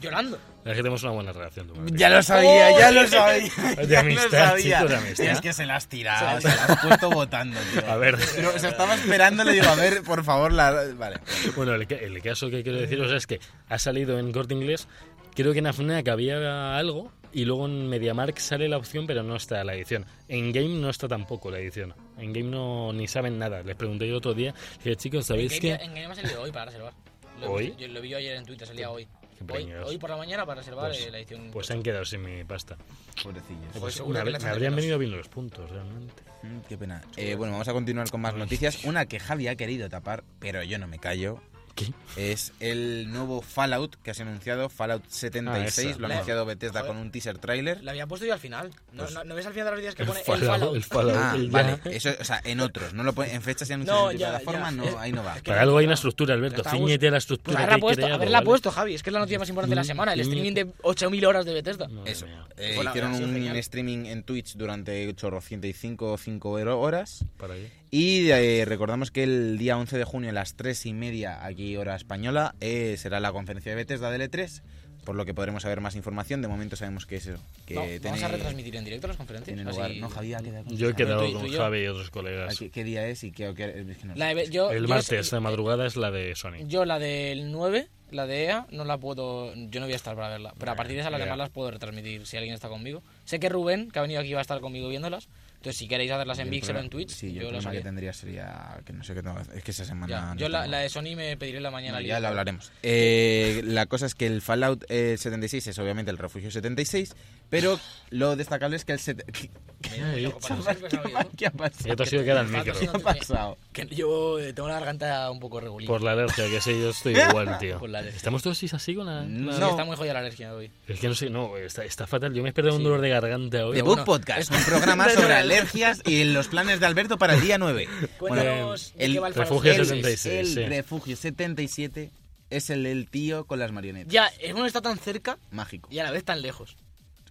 S5: Llorando.
S4: Es que tenemos una buena relación. tú, madre.
S2: Ya lo sabía,
S5: ¡Oh!
S2: ya lo sabía.
S4: De
S2: ya
S4: amistad, chico, de amistad.
S2: Tío, Es que se la has tirado, se la has puesto votando, tío.
S4: A ver.
S2: Pero se estaba esperando, le digo, a ver, por favor, la. Vale.
S4: Bueno, el, ca- el caso que quiero deciros es que ha salido en corte inglés. Creo que en Afnac había algo y luego en MediaMark sale la opción, pero no está la edición. En Game no está tampoco la edición. En Game no ni saben nada. Les pregunté yo otro día. Dije, chicos, ¿sabéis
S5: en
S4: qué?
S5: Game, en Game me ha salido hoy para reservar. Lo,
S4: ¿Hoy?
S5: Yo, lo vi yo ayer en Twitter, salía hoy.
S4: qué
S5: Hoy,
S4: pequeños.
S5: hoy por la mañana para reservar
S4: Pues-
S5: eh, la edición.
S4: Pues se han quedado sin mi pasta.
S2: Pobrecillos.
S5: Joder,
S4: Pues
S5: seguro
S4: me
S5: que
S4: habr-
S5: la echan
S4: me
S5: de
S4: habrían
S5: menos.
S4: venido bien los puntos, realmente.
S2: Mm, Qué pena. Eh, bueno, vamos a continuar con más noticias. Una que Javi ha querido tapar, pero yo no me callo.
S4: ¿Qué?
S2: Es el nuevo Fallout que has anunciado, Fallout 76.
S4: Ah, esa.
S2: lo ha
S5: La-
S2: anunciado Bethesda
S5: Joder.
S2: con un teaser trailer.
S5: La había puesto yo al final. No,
S4: Pues-
S5: no- ¿no ves al final de las noticias que pone el
S4: Fallout,
S5: Fallout.
S4: el Fallout,
S2: Ah,
S4: el ya. eh.
S2: vale. Eso, o sea, en otros. No lo pone- en fechas y anuncios
S5: No,
S2: en
S5: ya,
S2: plataforma,
S5: ya.
S2: no,
S5: Es-
S2: ahí no va.
S5: es que-
S4: Para algo hay una estructura,
S5: Ya
S4: Alberto.
S5: está,
S4: Cíñete a la estructura. que
S5: Pues haberla
S4: he
S5: puesto,
S4: creado,
S5: haberla
S4: ¿vale?
S5: puesto, Javi. Es que es la noticia más importante de la semana. El streaming de 8.000 horas de Bethesda.
S4: Madre
S2: Eso.
S4: mía,
S2: Eh,
S5: Fue la
S2: hicieron
S5: versión
S2: un
S5: genial.
S2: streaming en Twitch durante 805 o 5 horas.
S4: ¿Para qué?
S2: Y eh, recordamos que el día 11 de junio a las 3 y media, aquí hora española, eh, será la conferencia de Bethesda del E3, por lo que podremos saber más información. De momento sabemos que es eso. Que
S5: No,
S2: tiene-
S5: vamos a retransmitir en directo las conferencias.
S2: tiene
S5: así-
S2: lugar. No, Javi, ha quedado con-
S4: Yo he quedado
S5: tú y- tú
S4: con
S5: y yo.
S4: Javi y otros colegas.
S2: Aquí, ¿Qué día es y qué, qué- es que no sé.
S5: La de- yo,
S4: El
S5: yo-
S4: martes de madrugada es la de Sony.
S5: Yo la del 9, la de EA, no la puedo. Yo no voy a estar para verla. Pero a partir de esa, las
S4: ya.
S5: demás las puedo retransmitir si alguien está conmigo. Sé que Rubén, que ha venido aquí, va a estar conmigo viéndolas. Entonces, si queréis hacerlas en
S2: Yo el
S5: Vixen o
S2: problema-
S5: en Twitch,
S2: Sí, yo,
S5: yo
S2: el
S5: las
S2: problema que
S5: haré.
S2: tendría sería que no sé qué tengo que hacer. Es que esa semana.
S5: Ya,
S2: no
S5: Yo la,
S2: tengo-
S5: la de Sony me pediré la mañana.
S2: No,
S5: libre.
S2: ya lo hablaremos. Eh, la cosa es que el Fallout eh, 76 es obviamente el refugio 76, pero lo destacable es que el... set- ¿Qué,
S5: Pues
S2: qué ha pasado?
S4: Esto ha sido que era el micro.
S2: ¿Qué ha pasado?
S5: Que yo eh, tengo la garganta un poco regular.
S4: Por la alergia, que sé, yo estoy igual, tío.
S5: Por la alergia.
S4: ¿Estamos todos así con la.?
S2: No.
S4: la-
S5: Está muy jodida la alergia hoy.
S4: Es que no sé, no, está, está fatal. Yo me he perdido un dolor de garganta hoy.
S2: The
S5: bueno,
S2: Book Podcast, un programa sobre alergias y los planes de Alberto para el día 9.
S5: Cuéntanos de
S2: el
S5: qué va Pues, el
S4: refugio
S5: Fallout.
S4: 76.
S2: el
S4: sí.
S2: refugio 77 es el del tío con las marionetas.
S5: Ya, es uno está tan cerca
S2: Mágico.
S5: y a la vez tan lejos.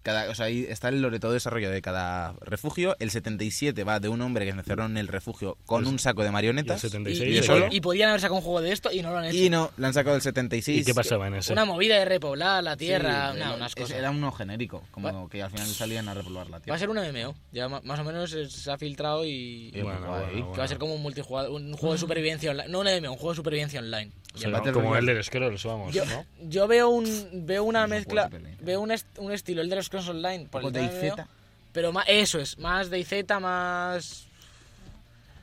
S2: Cada, o sea, ahí está el loreto de desarrollo de cada refugio. El 77 va de un hombre que se encerró en el refugio con un saco
S4: Y
S2: de
S4: el
S2: marionetas.
S4: 76.
S2: ¿Y
S5: y,
S4: de
S2: solo?
S4: qué?
S5: y podían haber sacado un juego de esto y no lo han hecho.
S2: Y no, le han sacado el 76.
S4: ¿Y qué pasaba en ese?
S5: Una movida de repoblar la tierra,
S2: Sí,
S5: nah,
S2: era-
S5: unas
S2: es-
S5: cosas.
S2: Era uno genérico, como que al final salían a repoblar la
S5: Va
S2: tierra.
S5: a ser un MMO, ya ma- más o menos eh, se ha filtrado y...
S2: Eh,
S4: Bueno,
S2: guay.
S4: bueno,
S5: Que va a ser como un multijugador, un juego de supervivencia online. No un MMO, un juego de supervivencia online.
S4: O sea,
S2: el Battle
S4: como el
S2: Royale.
S4: de Scrolls, vamos,
S5: Yo,
S4: ¿no?
S5: yo veo un veo una
S2: No
S5: mezcla,
S2: puedo supervivencia.
S5: veo un, est- un estilo, el de los Scrolls Online, por
S2: Un poco
S5: el tema MMO,
S2: DayZ.
S5: Pero más, eso es, más de IZ, más...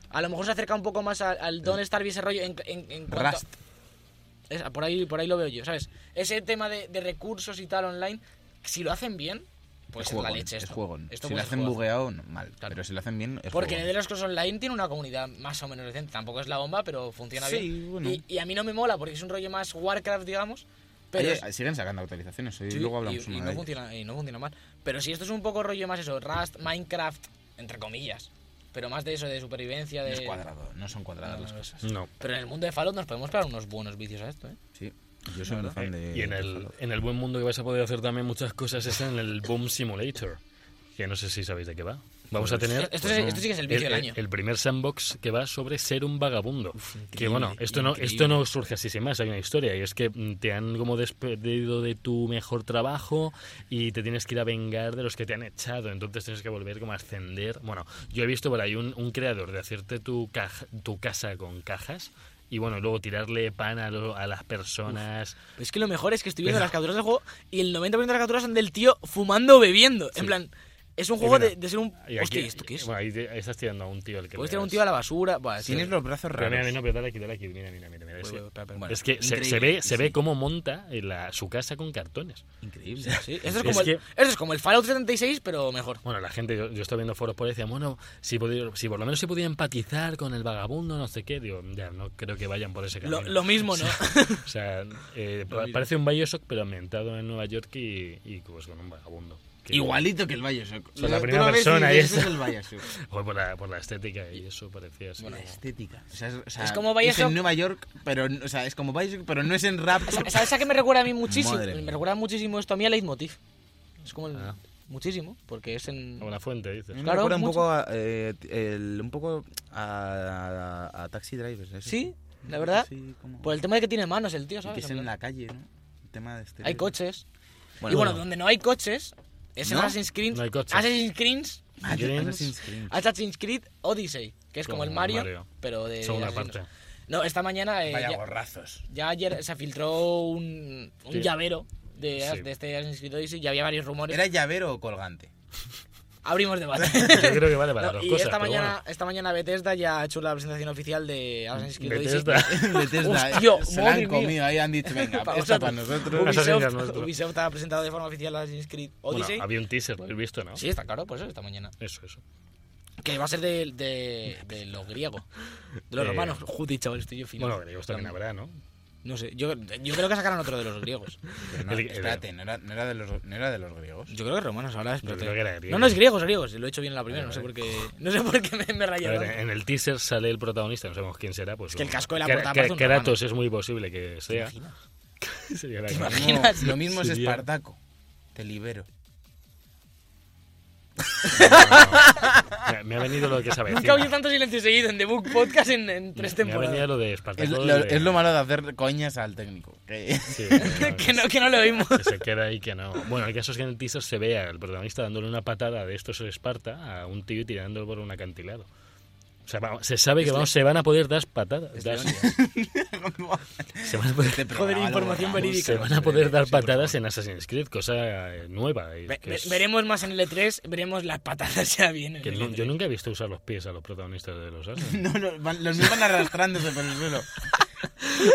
S5: A lo mejor se acerca un poco más al, al Don't Starve y ese rollo en, en, en cuanto a-
S2: Rust.
S5: Es- por, ahí, por ahí lo veo yo, ¿sabes? Ese tema de, de recursos y tal online, si lo hacen bien, pues
S2: es
S5: es la
S2: juegón,
S5: leche
S2: es
S5: esto.
S2: juegón.
S5: Esto
S2: si
S5: puede
S2: lo
S5: ser
S2: hacen
S5: juegazo.
S2: bugueado, no, mal.
S5: Claro.
S2: Pero si lo hacen bien, es
S5: Porque
S2: juegón.
S5: de los Cross Online tiene una comunidad más o menos decente. Tampoco es la bomba, pero funciona
S2: Sí,
S5: bien.
S2: bueno.
S5: Y, y a mí no me mola porque es un rollo más Warcraft, digamos. Pero
S2: Oye,
S5: es-
S2: siguen sacando actualizaciones. Hoy
S5: sí,
S2: luego hablamos
S5: y, y
S2: una
S5: no
S2: de
S5: funciona, y no funciona mal. Pero si esto es un poco rollo más eso, Rust, Minecraft, entre comillas. Pero más de eso, de supervivencia,
S2: ellas.
S5: de...
S2: No es cuadrado, no son cuadradas las cosas.
S4: No.
S5: Pero en el mundo de Fallout nos podemos pegar unos buenos vicios a esto, ¿eh?
S2: Sí, yo soy un fan de.
S4: Eh, Y en
S2: de
S4: el,
S2: Fallout.
S4: en el buen mundo que vas a poder hacer también muchas cosas es en el Boom Simulator, que no sé si sabéis de qué va. Vamos a tener Pues
S5: Esto, es- esto este sí que es el vicio del año.
S4: el primer sandbox que va sobre ser un vagabundo. que
S2: increíble,
S4: bueno, esto no,
S2: increíble.
S4: esto no surge así sin más, hay una historia. Y es que mm, te han como despedido de tu mejor trabajo y te tienes que ir a vengar de los que te han echado. Entonces tienes que volver como a ascender. Bueno, yo he visto por ahí un, un creador de hacerte tu, caja, tu casa con cajas. Y bueno, luego tirarle pan a, lo- a las personas.
S5: Pero es que lo mejor es que estoy viendo las capturas del juego y el 90% de las capturas son del tío fumando o bebiendo. En plan, Es un juego
S4: mira,
S5: de, de ser un.
S4: Y
S5: Hostia,
S4: aquí-
S5: ¿esto qué es?
S4: Bueno, ahí, te- ahí estás tirando a un tío al que
S5: Puedes
S4: le
S5: tirar un
S4: das.
S5: tío a la basura. Buah, es
S2: Tienes
S5: que-
S2: los brazos
S4: Pero
S2: raros.
S4: mira, mira, no, pero dale aquí, dale aquí. Mira, mira, mira. mira,
S5: Uy,
S4: sí.
S5: uy, uy, espera, espera.
S2: Bueno,
S4: Es que se, se
S2: increíble,
S4: ve, se ve
S2: sí.
S4: cómo monta en la- su casa con cartones.
S2: Increíble.
S5: Sí, esto, es
S4: es
S5: como el,
S4: que-
S5: esto es como el Fallout 76, pero mejor.
S4: Bueno, la gente, yo, yo estaba viendo foros por ahí, decían, bueno, si, pudi- si por lo menos se podía empatizar con el vagabundo, no sé qué, digo, ya, no creo que vayan por ese camino.
S5: Lo, lo mismo, ¿no?
S4: O sea, eh, pa- parece un Bioshock, pero ambientado en Nueva York y, y, pues, con un vagabundo. Que-
S2: Igualito que el Bioshock.
S4: sea, la
S2: Tú
S4: primera
S2: lo ves y
S4: persona y
S2: dices,
S4: eso.
S2: "Ese es el Bioshock.
S4: Joder, por, la, por la estética y eso parecía así.
S2: La
S4: como-
S2: estética. O sea, es, o sea,
S5: Es como
S2: Es
S5: Bioshock.
S2: en Nueva York, pero o sea, es como Bioshock, pero no es en rap.
S5: Sa- ¿Sabes a qué me recuerda a mí muchísimo?
S2: Madre
S5: Me
S2: mía.
S5: recuerda muchísimo esto a mí a Leitmotiv. Es como el.
S4: Ah.
S5: Muchísimo, porque es en.
S4: como la fuente, dices.
S2: Me
S5: Claro,
S2: recuerda un
S5: mucho.
S2: poco a, eh, el- un poco a, a- a Taxi Drivers. eso.
S5: Sí, la verdad. Pues
S2: Sí, como-
S5: Por el tema de que tiene manos el tío,
S2: y que
S5: ¿sabes?
S2: es
S5: En
S2: en
S5: plan,
S2: la calle, ¿no? El tema de este.
S5: Hay coches.
S2: Bueno,
S5: y bueno,
S2: bueno.
S5: donde no hay coches, es en
S2: ¿No?
S5: Assassin's Creed.
S4: No hay coches.
S5: Assassin's Creed,
S4: Grins,
S5: Mm. Assassin's Creed Odyssey, que es como,
S4: Como
S5: el Mario,
S4: Mario.
S5: pero de.
S4: Segunda
S5: asesinos.
S4: parte.
S5: No, esta mañana. eh, ya-
S2: borrazos.
S5: Ya ayer se filtró un, un
S4: Sí.
S5: llavero de,
S4: Sí.
S5: de este Assassin's Creed Odyssey y había varios rumores.
S2: ¿Era llavero o colgante?
S5: Abrimos debate.
S4: Yo creo que vale para
S5: No,
S4: dos
S5: y
S4: cosas.
S5: esta,
S4: pero
S5: mañana,
S4: bueno.
S5: esta mañana Bethesda ya ha hecho la presentación oficial de Assassin's Creed
S4: Bethesda.
S5: Odyssey.
S2: Bethesda, eh,
S5: Hostia,
S2: se la
S5: madre
S2: han
S5: mía.
S2: comido ahí, han dicho, venga,
S5: Pa'
S2: esta
S5: vosotros.
S2: para nosotros.
S4: Assassin's Creed
S5: Ubisoft,
S4: nuestro.
S5: Ubisoft ha presentado de forma oficial Assassin's Creed
S4: Bueno,
S5: Odyssey.
S4: había un teaser, lo habéis visto, ¿no?
S5: Sí, está claro, por eso esta mañana.
S4: Eso, eso.
S5: Que va a ser de, de, de lo griego. De los
S4: Eh,
S5: romanos. Judy, chaval, estoy yo fino.
S4: Bueno, griegos también habrá, ¿no?
S5: No sé, yo, yo creo que sacarán otro de los griegos.
S2: Pero no,
S4: El- el-
S2: espérate, ¿no era, no era de los, ¿no era de los griegos?
S5: Yo creo que romanos ahora es
S4: Yo creo que era griego.
S5: No, no es griegos, griegos. Lo he hecho bien en la primera, no
S4: Vale,
S5: sé por qué. No sé por qué me, me he
S4: A
S5: rayado.
S4: ver, eh, en el teaser sale el protagonista, no sabemos quién será. Pues,
S5: Es que el
S4: un-
S5: casco de la
S4: Kra-
S5: portada
S4: Kra-
S5: parece un
S4: Kratos es muy posible que sea.
S5: imaginas?
S4: Sería la
S5: ¿Te
S4: gran-
S2: Lo mismo-
S5: imaginas?
S2: Lo mismo es
S4: Sería-
S2: Espartaco. Te libero.
S4: Me- Me ha venido lo que sabes.
S5: Nunca he oído tanto silencio seguido en The Book Podcast en, en tres
S4: Me ha venido
S5: temporadas.
S4: lo de Espartaco.
S2: Es lo,
S4: de-
S2: es lo malo de hacer coñas al técnico. que-
S4: Sí, no,
S5: que, no, que no lo oímos.
S4: que se queda ahí que no. Bueno, el caso es que en el teaser se ve al protagonista dándole una patada de estos Esparta a un tío y tirándolo por un acantilado. O sea, vamos, se sabe que vamos, se van a poder dar patadas.
S5: Es
S4: dar-
S5: Leónidas.
S4: se van a poder,
S2: Este programa
S5: Joder,
S2: lo
S5: información
S2: borramos.
S5: verídica.
S4: se van a poder dar
S2: Sí, por
S4: patadas
S2: favor.
S4: en Assassin's Creed, cosa eh, nueva. y
S5: Ve-
S4: que
S5: ve-
S4: es-
S5: veremos más en el E3, veremos las patadas ya bien. en
S4: que
S5: el
S4: no-
S5: E3.
S4: yo nunca he visto usar los pies a los protagonistas de los Assassin's
S2: No, lo- van- los míos van arrastrándose por el suelo.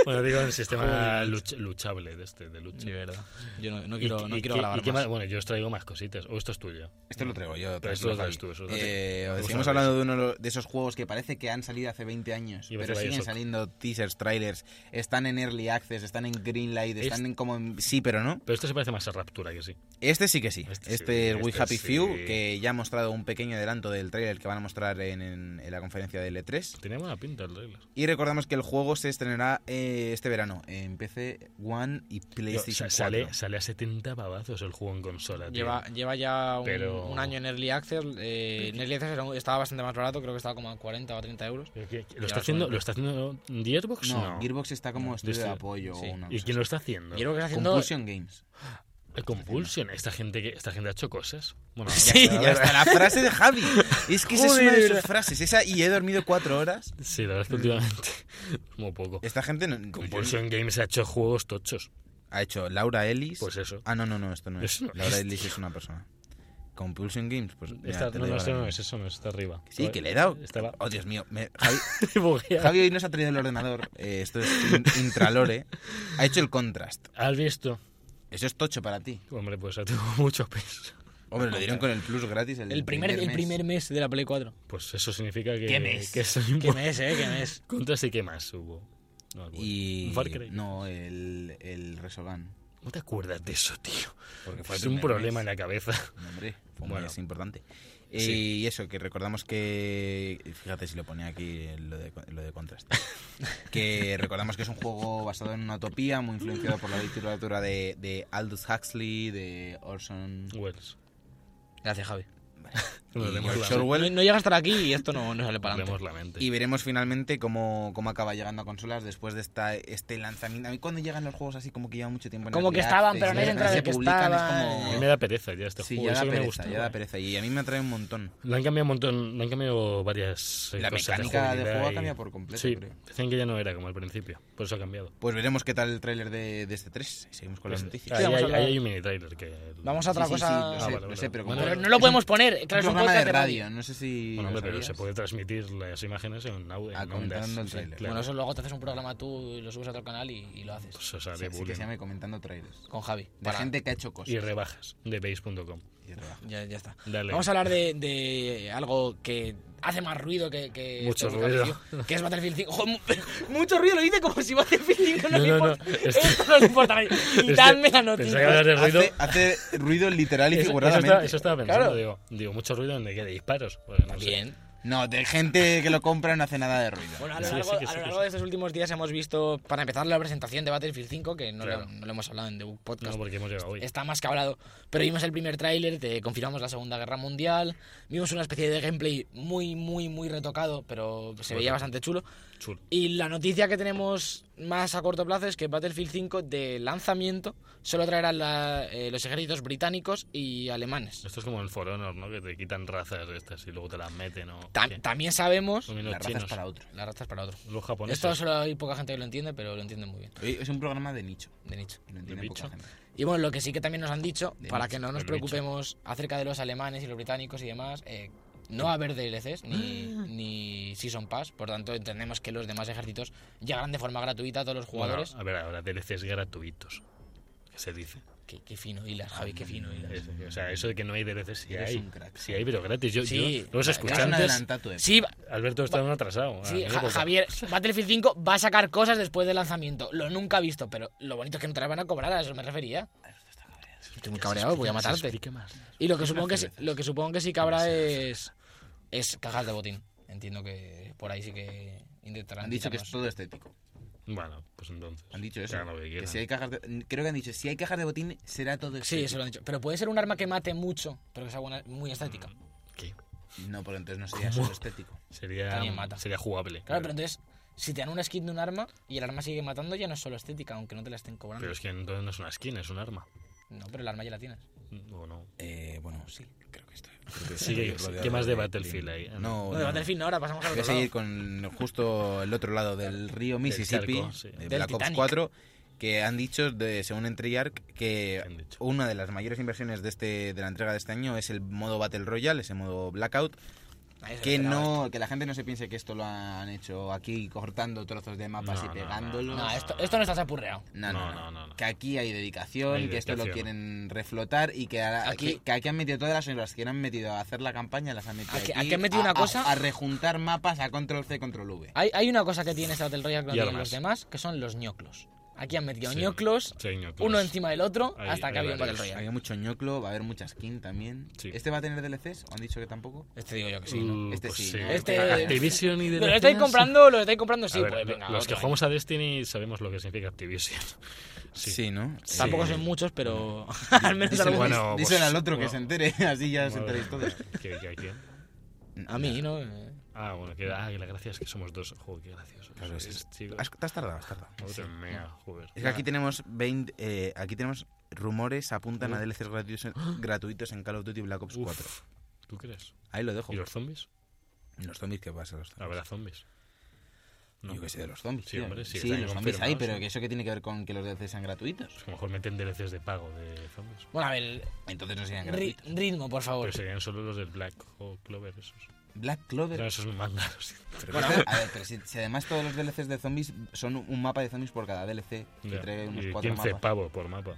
S4: Bueno, digo, el sistema luch- luchable de este, de lucha.
S5: Sí, verdad. Yo no, no
S4: Y-
S5: quiero, no
S4: y
S5: quiero
S4: qué-
S5: grabar
S4: y qué
S5: más.
S4: más- Bueno, yo os traigo más cositas. O esto es tuyo.
S2: Esto Este lo traigo yo.
S4: Pero esto
S2: tranquilo,
S4: lo traes
S2: Javi.
S4: tú, eso lo traes
S2: Eh,
S4: tú.
S2: os
S4: Tú
S2: decimos
S4: sabes.
S2: hablando de uno de esos juegos que parece que han salido hace 20 años,
S4: Iba a
S2: pero
S4: decir
S2: siguen
S4: Bioshock.
S2: saliendo teasers, trailers, están en Early Access, están en Greenlight,
S4: Es-
S2: están en como... en- Sí, pero no.
S4: Pero esto se parece más a Raptura que sí.
S2: Este sí que sí.
S4: Este
S2: Este,
S4: sí,
S2: es We
S4: este
S2: Happy
S4: sí.
S2: Few, que ya ha mostrado un pequeño adelanto del trailer que van a mostrar en, en- en la conferencia del E3.
S4: Tenía buena pinta el trailer.
S2: Y recordamos que el juego se estrenará eh, este verano en PC One y
S4: Tío,
S2: PlayStation
S4: sa- sale,
S2: 4.
S4: sale a 70 babazos el juego en consola. tío.
S5: Lleva, lleva ya un,
S4: Pero-
S5: un año en Early Access. eh, en Early Access era un- estaba bastante más barato, creo que estaba como a 40 o 30 euros.
S4: Pero que- que ¿Lo
S5: Ya
S4: está,
S5: os
S4: haciendo,
S5: cuento.
S4: ¿Lo está haciendo Gearbox?
S2: No,
S4: No.
S2: Gearbox está como
S4: No,
S2: estudio de
S4: estudio-
S2: apoyo
S5: sí.
S2: o una
S4: ¿Y
S2: cosa
S4: quién lo está haciendo?
S5: Y creo que está
S2: así.
S5: haciendo.
S2: Compulsion Games.
S4: Eh, Compulsion. Esta gente, que, esta gente ha hecho cosas. Bueno,
S5: Sí,
S2: Ya está, la frase de Javi. Es que esa es una de sus frases. Esa y he dormido cuatro horas.
S4: sí, la verdad
S2: Mm.
S4: es que últimamente. Como poco.
S2: Esta gente no-
S4: Compulsion Games ha hecho juegos tochos.
S2: ha hecho Laura Ellis.
S4: Pues eso.
S2: Ah, no, no, no, esto no es.
S4: Eso no
S2: Laura
S4: es.
S2: Ellis es una persona. Compulsion Games, pues. mira,
S4: Esta-
S2: te
S4: no, no,
S2: lo digo
S4: esto
S2: ahora
S4: no
S2: mismo.
S4: es eso, no está arriba.
S2: Sí, que le he dado.
S4: Estaba.
S2: Oh, Dios mío. me- Javi,
S4: bugueado.
S2: Javi hoy nos ha traído el ordenador. eh, esto es in- intralore. Ha hecho el contrast.
S4: ¿Has visto?
S2: Eso es tocho para ti.
S4: Hombre, pues ha tenido mucho peso.
S2: Hombre, lo dieron con el plus gratis. El,
S5: El primer, el
S2: mes.
S5: primer mes de la Play 4.
S4: Pues eso significa que.
S2: ¿Qué mes?
S4: Que soy un
S5: Qué mes, eh, qué mes.
S4: Contras y qué más hubo. No, pues, me acuerdo.
S2: Y.
S4: Far Cry.
S2: No, el, el Resogan.
S4: ¿No te acuerdas de eso, tío?
S2: Porque fue
S4: Es
S2: el
S4: un
S2: primer
S4: problema
S2: mes.
S4: en la cabeza.
S2: Hombre, fue un
S4: Bueno.
S2: mes importante. Eh,
S4: Sí.
S2: Y eso, que recordamos que. Fíjate si lo ponía aquí eh, lo de, lo de contraste. que recordamos que es un juego basado en una utopía, muy influenciado por la literatura de, de Aldous Huxley, de Orson.
S4: Wells.
S5: Gracias, Javi.
S4: Nos
S2: y
S4: leemos
S2: George
S4: la-
S2: Orwell,
S5: No, no llega a estar aquí y esto no, no sale para
S4: nos leemos
S5: adelante.
S4: la mente.
S2: Y veremos finalmente cómo, cómo acaba llegando a consolas después de esta, este lanzamiento. A mí cuando llegan los juegos así como que llevan mucho tiempo en
S5: Como
S2: el
S5: que
S2: React,
S5: estaban, pero
S2: se-
S4: no hay
S2: se
S4: entrada
S5: de que
S2: publican, es
S5: estaban.
S4: A
S2: como-
S4: mí me da pereza ya este
S2: Sí,
S4: juego.
S2: ya
S4: eso
S2: da
S4: que me
S2: pereza,
S4: gusta.
S2: ya da pereza. Y a mí me atrae un montón.
S4: Le han cambiado un montón, le han cambiado varias eh,
S2: La
S4: cosas
S2: mecánica de
S4: jugabilidad
S2: juego ha
S4: y-
S2: cambiado por completo,
S4: Sí,
S2: creo.
S4: decían que ya no era como al principio, por eso ha cambiado. Pues
S2: Pues veremos qué tal el tráiler de, de este 3. Seguimos con las noticias.
S4: Ahí,
S5: vamos a
S4: hay-
S5: hablar-
S4: ahí hay un mini trailer que.
S5: Vamos a otra
S2: Sí, sí, sí,
S5: cosa.
S2: lo
S4: Ah,
S2: sé,
S4: vale,
S2: lo
S4: vale.
S2: sé, pero
S4: Bueno,
S2: como-
S5: Pero no lo podemos poner,
S2: un
S5: claro, es un
S2: programa
S5: podcast
S2: de radio, no sé si.
S4: Bueno,
S2: lo
S4: hombre, pero se
S2: sabías.
S4: puede transmitir las imágenes en, au-
S2: Ah,
S4: en
S2: comentando
S4: ondas.
S2: el
S4: sí,
S2: tráiler.
S4: claro.
S5: Bueno, eso luego te haces un programa tú y lo subes a otro canal y, y lo haces.
S4: Pues, o sea,
S2: Sí,
S4: de
S2: así que
S4: bullying.
S2: se llame comentando trailers.
S5: Con Javi.
S2: De
S5: Para-
S2: gente que ha hecho cosas.
S4: Y rebajas de base.com.
S2: Y rebaja.
S5: Ya, ya está.
S4: Dale.
S5: Vamos a hablar de, de algo que hace más ruido que. que
S4: Mucho
S5: este podcast,
S4: ruido.
S5: tío, Que es Battlefield 5. Jo, mu- mucho ruido, lo dice como si Battlefield 5 no,
S4: No,
S5: le
S4: no,
S5: importa.
S4: no, este-
S5: Esto no le importa a nadie. Quitadme la
S4: Pensaba que
S5: noticia.
S4: hablar de ruido.
S2: Hace, hace ruido literal y
S4: Eso- eso,
S2: figuradamente.
S4: estaba, eso estaba pensando,
S5: Claro.
S4: digo, digo, mucho ruido en de que de disparos. Pues, no sé.
S5: Bien.
S2: No, de gente que lo compra no hace nada de ruido.
S5: Bueno, a lo
S4: Sí,
S5: largo,
S4: sí, que
S5: a
S4: sí,
S5: lo
S4: que
S5: largo
S4: sí.
S5: de estos últimos días hemos visto, para empezar, la presentación de Battlefield 5, que no,
S4: Claro.
S5: lo, no lo hemos hablado en The Book Podcast.
S4: No, porque hemos llegado hoy.
S5: Está más que hablado. Pero vimos el primer tráiler, te confirmamos la Segunda Guerra Mundial, vimos una especie de gameplay muy, muy, muy retocado, pero se veía
S4: Bueno.
S5: bastante chulo.
S4: Chulo.
S5: Y la noticia que tenemos más a corto plazo es que Battlefield 5 de lanzamiento solo traerá la- eh, los ejércitos británicos y alemanes.
S4: Esto es como el For Honor, ¿no? Que te quitan razas de estas y luego te las meten. ¿no?
S5: Tam-
S4: ¿Qué?
S5: también sabemos...
S4: Son los
S2: La raza es
S4: chinos,
S2: para otro.
S5: La raza es para otro.
S4: los japoneses.
S5: Esto solo hay poca gente que lo entiende, pero lo entiende muy bien,
S2: Oye, Es un programa de nicho.
S5: de nicho.
S2: y Lo entiende
S4: ¿De
S2: poca
S4: bicho?
S2: gente.
S5: Y bueno, lo que sí que también nos han dicho,
S2: De
S5: para
S2: nicho,
S5: que no nos
S4: del nicho.
S5: preocupemos acerca de los alemanes y los británicos y demás, eh, no va a haber DLCs ni, ni Season Pass, por tanto entendemos que los demás ejércitos llegarán de forma gratuita a todos los
S4: Bueno, ah.
S5: jugadores.
S4: a ver, ahora DLCs gratuitos. ¿Qué se dice?
S5: Qué, qué fino hilas, Javi, qué fino hilas.
S4: Ah, mm, Es- o sea, eso de que no hay DLCs, sí
S2: Eres
S4: hay.
S2: un crack.
S4: Sí hay, pero gratis. Yo,
S5: Sí.
S4: yo- los
S2: Ya
S5: Ya
S2: es un
S4: escuchantes.
S2: adelantato, eh.
S5: Sí, va-
S4: Alberto está un atrasado.
S5: sí,
S4: Ah,
S5: Ja-
S4: poco.
S5: Javier, Battlefield 5 va a sacar cosas después del lanzamiento. Lo nunca visto, pero lo bonito es que no te las van a cobrar, a eso me refería. Estoy muy cabreado, voy a
S4: Se
S5: matarte.
S4: explica más.
S5: Y lo que supongo que, sí- lo que, supongo que sí que habrá es, es cajas de botín. Entiendo que por ahí sí que intentarán.
S2: Han dicho que es
S5: quitarnos.
S2: todo estético.
S4: Bueno, pues entonces.
S2: Han dicho eso.
S4: Hagan lo que
S2: que
S4: quieran.
S2: si hay cajas de- creo que han dicho, si hay cajas de botín, será todo
S5: Sí,
S2: estético.
S5: eso lo han dicho. Pero puede ser un arma que mate mucho, pero que sea buena- muy estética.
S4: ¿Qué?
S2: No, porque entonces no sería
S4: ¿Cómo?
S2: solo estético.
S4: Sería,
S5: También mata.
S4: sería jugable.
S5: Claro, pero entonces, si te dan una skin de un arma y el arma sigue matando, ya no es solo estética, aunque no te la estén cobrando.
S4: Pero es que entonces no es una skin, es un arma. Mm,
S5: No, pero el arma ya la tienes.
S4: ¿O no?
S2: Eh, bueno, sí, creo que está.
S4: Sí, ¿qué- ¿Qué más de Battlefield hay? Ah,
S2: Oh, No,
S5: No, de Battlefield no, ahora pasamos al
S2: Voy a
S5: otro lado.
S2: seguir con justo el otro lado del río Mississippi,
S4: charco, sí.
S2: de
S5: Del
S2: Black Ops
S5: Titanic.
S2: 4, que han dicho, de, según en Treyarch, que
S4: Han dicho.
S2: una de las mayores inversiones de, este, de la entrega de este año es el modo Battle Royale, ese modo Blackout,
S5: Nadie se
S2: que
S5: esperaba esto.
S2: no que la gente no se piense que esto lo han hecho aquí cortando trozos de mapas
S4: No, no,
S2: y
S4: no,
S2: pegándolos.
S5: No, esto, esto no está sapurreado.
S2: No, no,
S4: No, no,
S2: no,
S4: no, no.
S2: Que aquí hay dedicación,
S4: Hay
S2: que esto lo
S4: dedicación.
S2: quieren reflotar y que, ahora-
S5: Aquí-
S2: que, que aquí han metido todas las horas que han metido a hacer la campaña, las han metido
S5: Aquí-
S2: aquí.
S5: aquí han metido
S2: a-
S5: una
S2: a-
S5: cosa-
S2: A, rejuntar mapas a control C, control V.
S5: Hay, hay una cosa que tiene este Battle Royale que no
S4: Y
S5: tienen
S4: armas.
S5: los demás, que son los ñoclos. Aquí han metido
S4: Sí,
S5: ñoclos,
S4: sí, hay ñoclos.
S5: uno encima del otro,
S4: Hay-
S5: hasta que
S4: hay
S5: había un Battle
S4: varios.
S5: Royale.
S2: Había mucho ñoclo, va a haber mucha skin también.
S4: Sí.
S2: ¿Este va a tener DLCs? ¿O han dicho que tampoco?
S5: Este digo yo que sí. ¿no?
S4: Uh,
S2: Este
S4: pues
S2: sí,
S4: sí.
S2: ¿no?
S5: Este-
S4: Activision y
S5: Pero lo
S4: DLCs.
S5: estáis comprando, lo estáis comprando, sí.
S4: A ver,
S5: pues
S4: lo-
S5: venga,
S4: los
S5: otro
S4: que
S5: año.
S4: jugamos a Destiny sabemos lo que significa Activision. Sí.
S2: ¿no?
S5: Tampoco
S4: Sí.
S5: son muchos, pero al menos
S2: Díselo,
S5: algo.
S4: Bueno, pues,
S2: díselo al otro que
S4: bueno.
S2: se entere, así ya se
S4: Madre
S2: enteréis todos.
S4: mía. ¿Qué- qué- a quién?
S5: A mí, ¿no? Eh,
S4: Ah, bueno, que, ah, que la gracia es que somos dos. Joder, qué gracioso.
S2: Claro, sí.
S4: Es, chico.
S2: Has- Te has tardado, has tardado.
S4: Madre mía, joder.
S2: Es que aquí tenemos 20, eh, aquí tenemos rumores apuntan a DLCs gratuitos, gratuitos en Call of Duty Black Ops 4.
S4: Uf, ¿Tú crees?
S2: Ahí lo dejo.
S4: ¿Y los zombies?
S2: Los zombies que pasan los zombies.
S4: Habrá zombies. No.
S2: Yo que sé de los zombies.
S4: Sí,
S2: tío.
S4: hombre, sí,
S2: sí
S4: están
S2: los zombies hay,
S4: confirmados,
S2: pero
S4: sí.
S2: que eso que tiene que ver con que los DLCs sean gratuitos.
S4: Pues a lo mejor meten DLCs de pago de zombies.
S5: Bueno, a ver,
S2: Entonces no serían
S5: ri-
S2: gratuitos.
S5: ritmo, por favor.
S4: Pero serían solo los del Black o Clover, esos.
S2: Black
S4: No,
S2: Clover.
S4: esos son manga, lo siento.
S2: Pero que- a ver, pero si, si además todos los DLCs de zombies son un mapa de zombies por cada DLC, que
S4: Ya.
S2: trae unos
S4: Y
S2: cuatro
S4: 15
S2: mapas.
S4: pavos por mapa.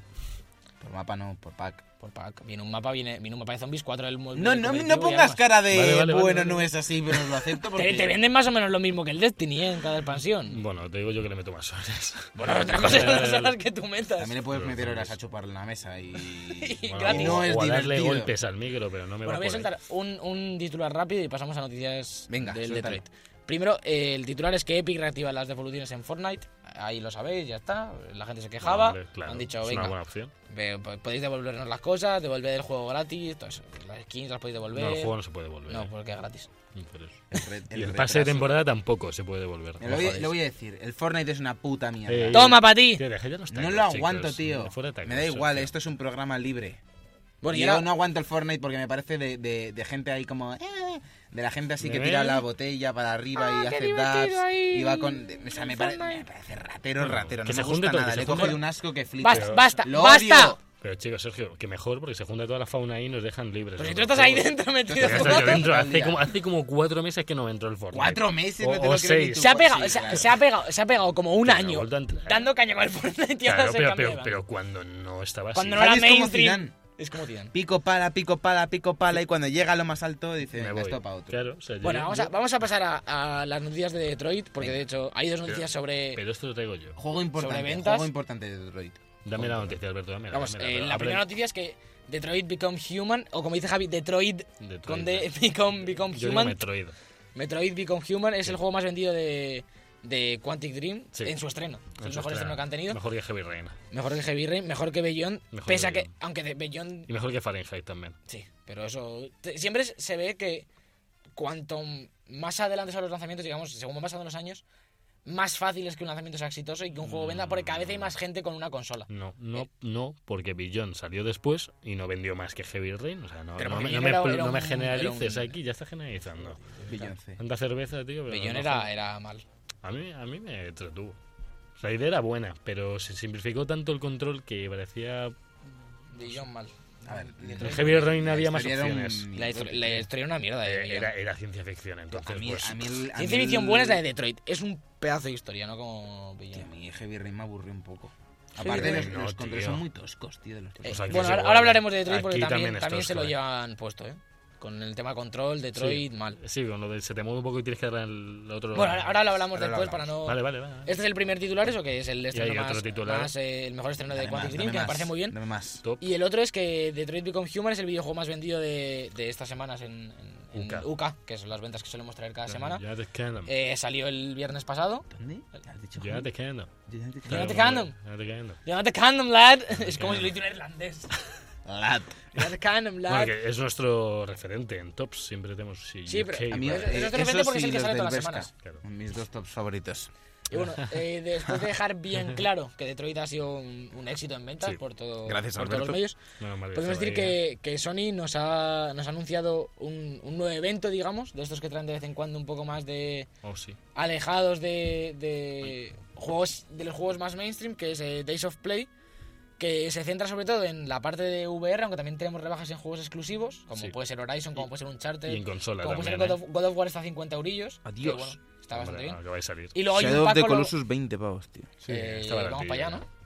S2: Por mapa no, por pack.
S5: Por pack. Viene un mapa, viene, viene un mapa de zombies, cuatro del móvil.
S2: No, no, no pongas cara de
S4: Vale, vale, vale,
S2: bueno,
S4: vale.
S2: no es así, pero os lo acepto porque
S5: Te, te venden más o menos lo mismo que el Destiny, ¿eh? En cada expansión.
S4: Bueno, te digo yo que le meto más horas.
S5: Bueno, otra cosa son
S4: Dale,
S5: las
S4: dale,
S5: horas que tú metas.
S2: también le puedes
S4: Pero
S2: meter
S4: los
S2: horas a
S4: zombies.
S2: chupar en la mesa y,
S5: Y
S2: y
S5: gratis.
S2: no es
S4: o a darle
S2: divertido.
S4: golpes al micro, pero no me
S5: Bueno,
S4: va
S5: voy a
S4: por ahí.
S5: soltar un, un titular rápido y pasamos a noticias
S2: Venga,
S5: del
S2: suéltalo.
S5: Detroit. Primero, eh, el titular es que Epic reactiva las devoluciones en Fortnite. Ahí lo sabéis, ya está. La gente se quejaba.
S4: Hombre, claro,
S5: han dicho,
S4: es
S5: venga,
S4: una buena opción.
S5: ve- po- podéis devolvernos las cosas, devolver el juego gratis, todo eso. Las skins las podéis devolver.
S4: No, el juego no se puede devolver.
S5: No, pues,
S4: eh.
S5: porque es gratis.
S4: Por eso.
S2: El re-
S4: Y el
S2: retraso.
S4: pase de temporada tampoco se puede devolver.
S2: Lo voy, lo voy a decir, el Fortnite es una puta mierda.
S4: Eh,
S5: ¡Toma, para ti!
S4: Tío, dejad ya los
S2: no
S4: tacos,
S2: lo aguanto,
S4: Pues chicos.
S2: tío.
S4: Fuera tacos,
S2: me da igual, eh.
S4: tío.
S2: esto es un programa libre.
S5: Bueno,
S2: Y
S5: y
S2: yo
S5: ahora-
S2: no aguanto el Fortnite porque me parece de, de- de gente ahí como... "Eh", De la gente así que tira
S4: ¿Eh?
S2: la botella para arriba
S5: Ah,
S2: y hace dabs. Y va con... O sea, me, pare- me parece ratero,
S4: Bueno,
S2: ratero.
S4: que
S2: no
S4: se
S2: me
S4: junte
S2: gusta
S4: todo,
S2: nada.
S4: que se
S2: Le he
S4: junte-
S2: cogido un asco que flipa.
S5: ¡Basta, basta,
S2: ¡Lo
S5: basta!
S2: odio!
S4: Pero chicos, Sergio, que mejor porque se junta toda la fauna ahí y nos dejan libres. ¿no?
S5: Pero pues, si tú estás ahí
S4: Pero-
S5: dentro
S4: Ya
S5: metido
S2: Pero
S4: estás yo
S5: jugando.
S4: dentro.
S2: Todo el
S4: Hace
S2: día.
S4: como, hace como cuatro meses que no entro el Fortnite.
S2: Cuatro meses,
S4: O,
S2: no te lo
S4: o
S2: creo ni
S4: seis.
S2: tú.
S5: Se ha pegado,
S2: Sí,
S5: se, ha-
S2: claro.
S5: se ha pegado, se ha pegado como un
S4: Pero ha
S5: año
S4: vuelto a entrar.
S5: dando caña con el Fortnite y ahora
S4: Claro,
S5: se
S4: pero,
S5: cambia de
S4: pero,
S5: bando.
S4: pero cuando no estaba así.
S5: Cuando no era
S2: Nadie es como
S5: mainstream.
S2: Zidane.
S5: Es como Zidane.
S2: Pico pala, pico pala, pico pala. Y cuando llega a lo más alto dice,
S4: me
S2: venga,
S4: voy.
S2: esto para otro.
S4: Claro, o sea, yo-
S5: Bueno, vamos a,
S4: yo-
S5: vamos a pasar a, a las noticias de Detroit, porque de hecho hay dos noticias sobre...
S4: Pero esto lo traigo yo.
S2: Juego importante,
S5: Sobre ventas.
S2: juego importante de Detroit.
S4: Dame la noticia, Alberto, dame
S5: Vamos,
S4: dámela,
S5: eh,
S4: pero
S5: la
S4: abre-
S5: primera noticia es que Detroit Become Human, o como dice Javi, Detroit,
S4: Detroit,
S5: con D,
S4: eh.
S5: Become, Become
S4: Yo digo
S5: Human.
S4: Metroid.
S5: Metroid Become Human es el juego más vendido de, de Quantic Dream
S4: Sí.
S5: en su estreno. Es el
S4: Eso está-
S5: mejor estreno que han tenido.
S4: Mejor que Heavy Rain.
S5: Mejor que Heavy Rain, mejor que Beyond,
S4: Mejor
S5: pese
S4: que
S5: a que,
S4: Beyond.
S5: aunque de Beyond
S4: Y mejor que Fahrenheit también.
S5: Sí, pero eso. te- Siempre se- se ve que cuanto m- más adelante son los lanzamientos, digamos, según van pasando los años, más fácil es que un lanzamiento sea exitoso y que un juego venda, porque cada vez hay más gente con una consola.
S4: No, no,
S5: Eh.
S4: no, porque Billón salió después y no vendió más que Heavy Rain. O sea, no,
S5: Pero
S4: no, me,
S5: porque
S4: no
S5: Billon
S4: me-
S5: era- era
S4: no me
S5: un-
S4: generalices
S5: era un-
S4: aquí, ya está generalizando.
S2: Beyoncé.
S4: Tanta cerveza, tío. Pero
S5: Bellón
S4: no
S5: era, eh, era mal.
S4: A mí, a mí me entretuvo. La idea era buena, pero se simplificó tanto el control que parecía...
S5: Bellón mal.
S2: A ver,
S4: En Heavy Rain
S2: la
S4: había más
S2: historia era un-
S4: opciones.
S5: La, histo- la historia era una mierda de Bellón.
S4: Eh, Era, era ciencia ficción, entonces...
S2: A mí,
S4: pues,
S2: a mí el- a
S5: Ciencia
S2: mí
S5: ficción
S2: el-
S5: buena es la de Detroit. Es un pedazo de historia, no como
S2: Que a
S5: Bellón.
S2: mí Heavy Rain me aburrió un poco.
S4: Heavy
S2: Aparte, los,
S4: Rain no,
S2: los controles
S4: tío.
S2: son muy toscos, tío. de los
S5: Eh,
S4: Pues
S2: personajes.
S4: aquí
S5: bueno,
S4: es
S5: ahora,
S4: igual.
S5: ahora hablaremos de Detroit
S4: Aquí
S5: porque también,
S4: también esto
S5: también,
S4: es
S5: se lo
S4: clave.
S5: llevan puesto, ¿eh? Con el tema control, Detroit, mal.
S4: Sí, con lo de se te mueve un poco y tienes que dar el otro...
S5: Bueno, ahora, ahora lo hablamos
S2: Ahora lo
S5: después para
S2: hablamos.
S5: no.
S4: Vale, vale, vale. vale.
S5: Este es el primer titular, eso que es el estreno
S4: hay otro
S5: más,
S4: titular.
S5: más, eh, el mejor estreno de
S2: Dame
S5: Quantic
S2: más,
S5: Dream,
S2: dame
S5: que me
S2: más,
S5: parece muy bien.
S2: dame más.
S4: Top.
S5: Y el otro es que Detroit Become Human es el videojuego más vendido de, de estas semanas en, en- en
S4: UK.
S5: UK, que son las ventas que solemos traer cada semana.
S4: Ya te quedan.
S5: Eh, salió el viernes pasado.
S2: ¿Dónde? ¿Has dicho
S4: Ya te
S2: Heavy-
S4: quedan.
S2: ya te-
S5: Jonathan
S4: Claro,
S5: Cannon.
S4: Jonathan Cannon.
S5: Jonathan Cannon, lad. Es como si lo hiciera en irlandés.
S2: Lat.
S5: Jonathan Cannon,
S4: Bueno,
S5: lad.
S4: que es nuestro referente en tops, siempre tenemos sí,
S5: Sí,
S4: UK,
S5: pero-
S2: A mí,
S4: vale.
S5: Eso es
S2: eh,
S5: diferente
S2: esos
S5: porque es
S2: y
S5: el que
S2: los
S5: sale
S2: del
S5: todas las
S2: Bershka.
S4: semanas. Claro.
S2: Mis dos tops favoritos.
S5: Y bueno, eh, después de dejar bien claro que Detroit ha sido un, un éxito en ventas
S4: Sí.
S5: por, todo,
S2: Gracias,
S5: por todos los
S2: Alberto.
S5: medios,
S4: Menos mal que
S5: Podemos
S4: estaba
S5: decir
S4: ahí, ¿eh?
S5: que, que Sony nos ha, nos ha anunciado un, un nuevo evento, digamos, de estos que traen de vez en cuando un poco más de
S4: Oh, sí.
S5: alejados de, de juegos de los juegos más mainstream, que es eh, Days of Play, que se centra sobre todo en la parte de VR, aunque también tenemos rebajas en juegos exclusivos, como
S4: Sí.
S5: puede ser Horizon, como
S4: Y-
S5: puede ser
S4: Y en
S5: Uncharted,
S4: consola
S5: como puede ser
S4: también.
S5: God
S4: ¿eh?
S5: of, God of War está a 50 eurillos. que,
S2: Adiós.
S5: bueno, está bastante
S4: Hombre,
S5: bien.
S4: no, que va a salir.
S5: Y luego hay
S2: Shadow
S5: un
S2: of the
S5: pack con lo-
S2: Colossus, 20 pavos, tío.
S4: Sí,
S5: eh,
S4: está
S5: vamos
S4: baratillo,
S5: para allá,
S4: ¿eh?
S5: ¿no?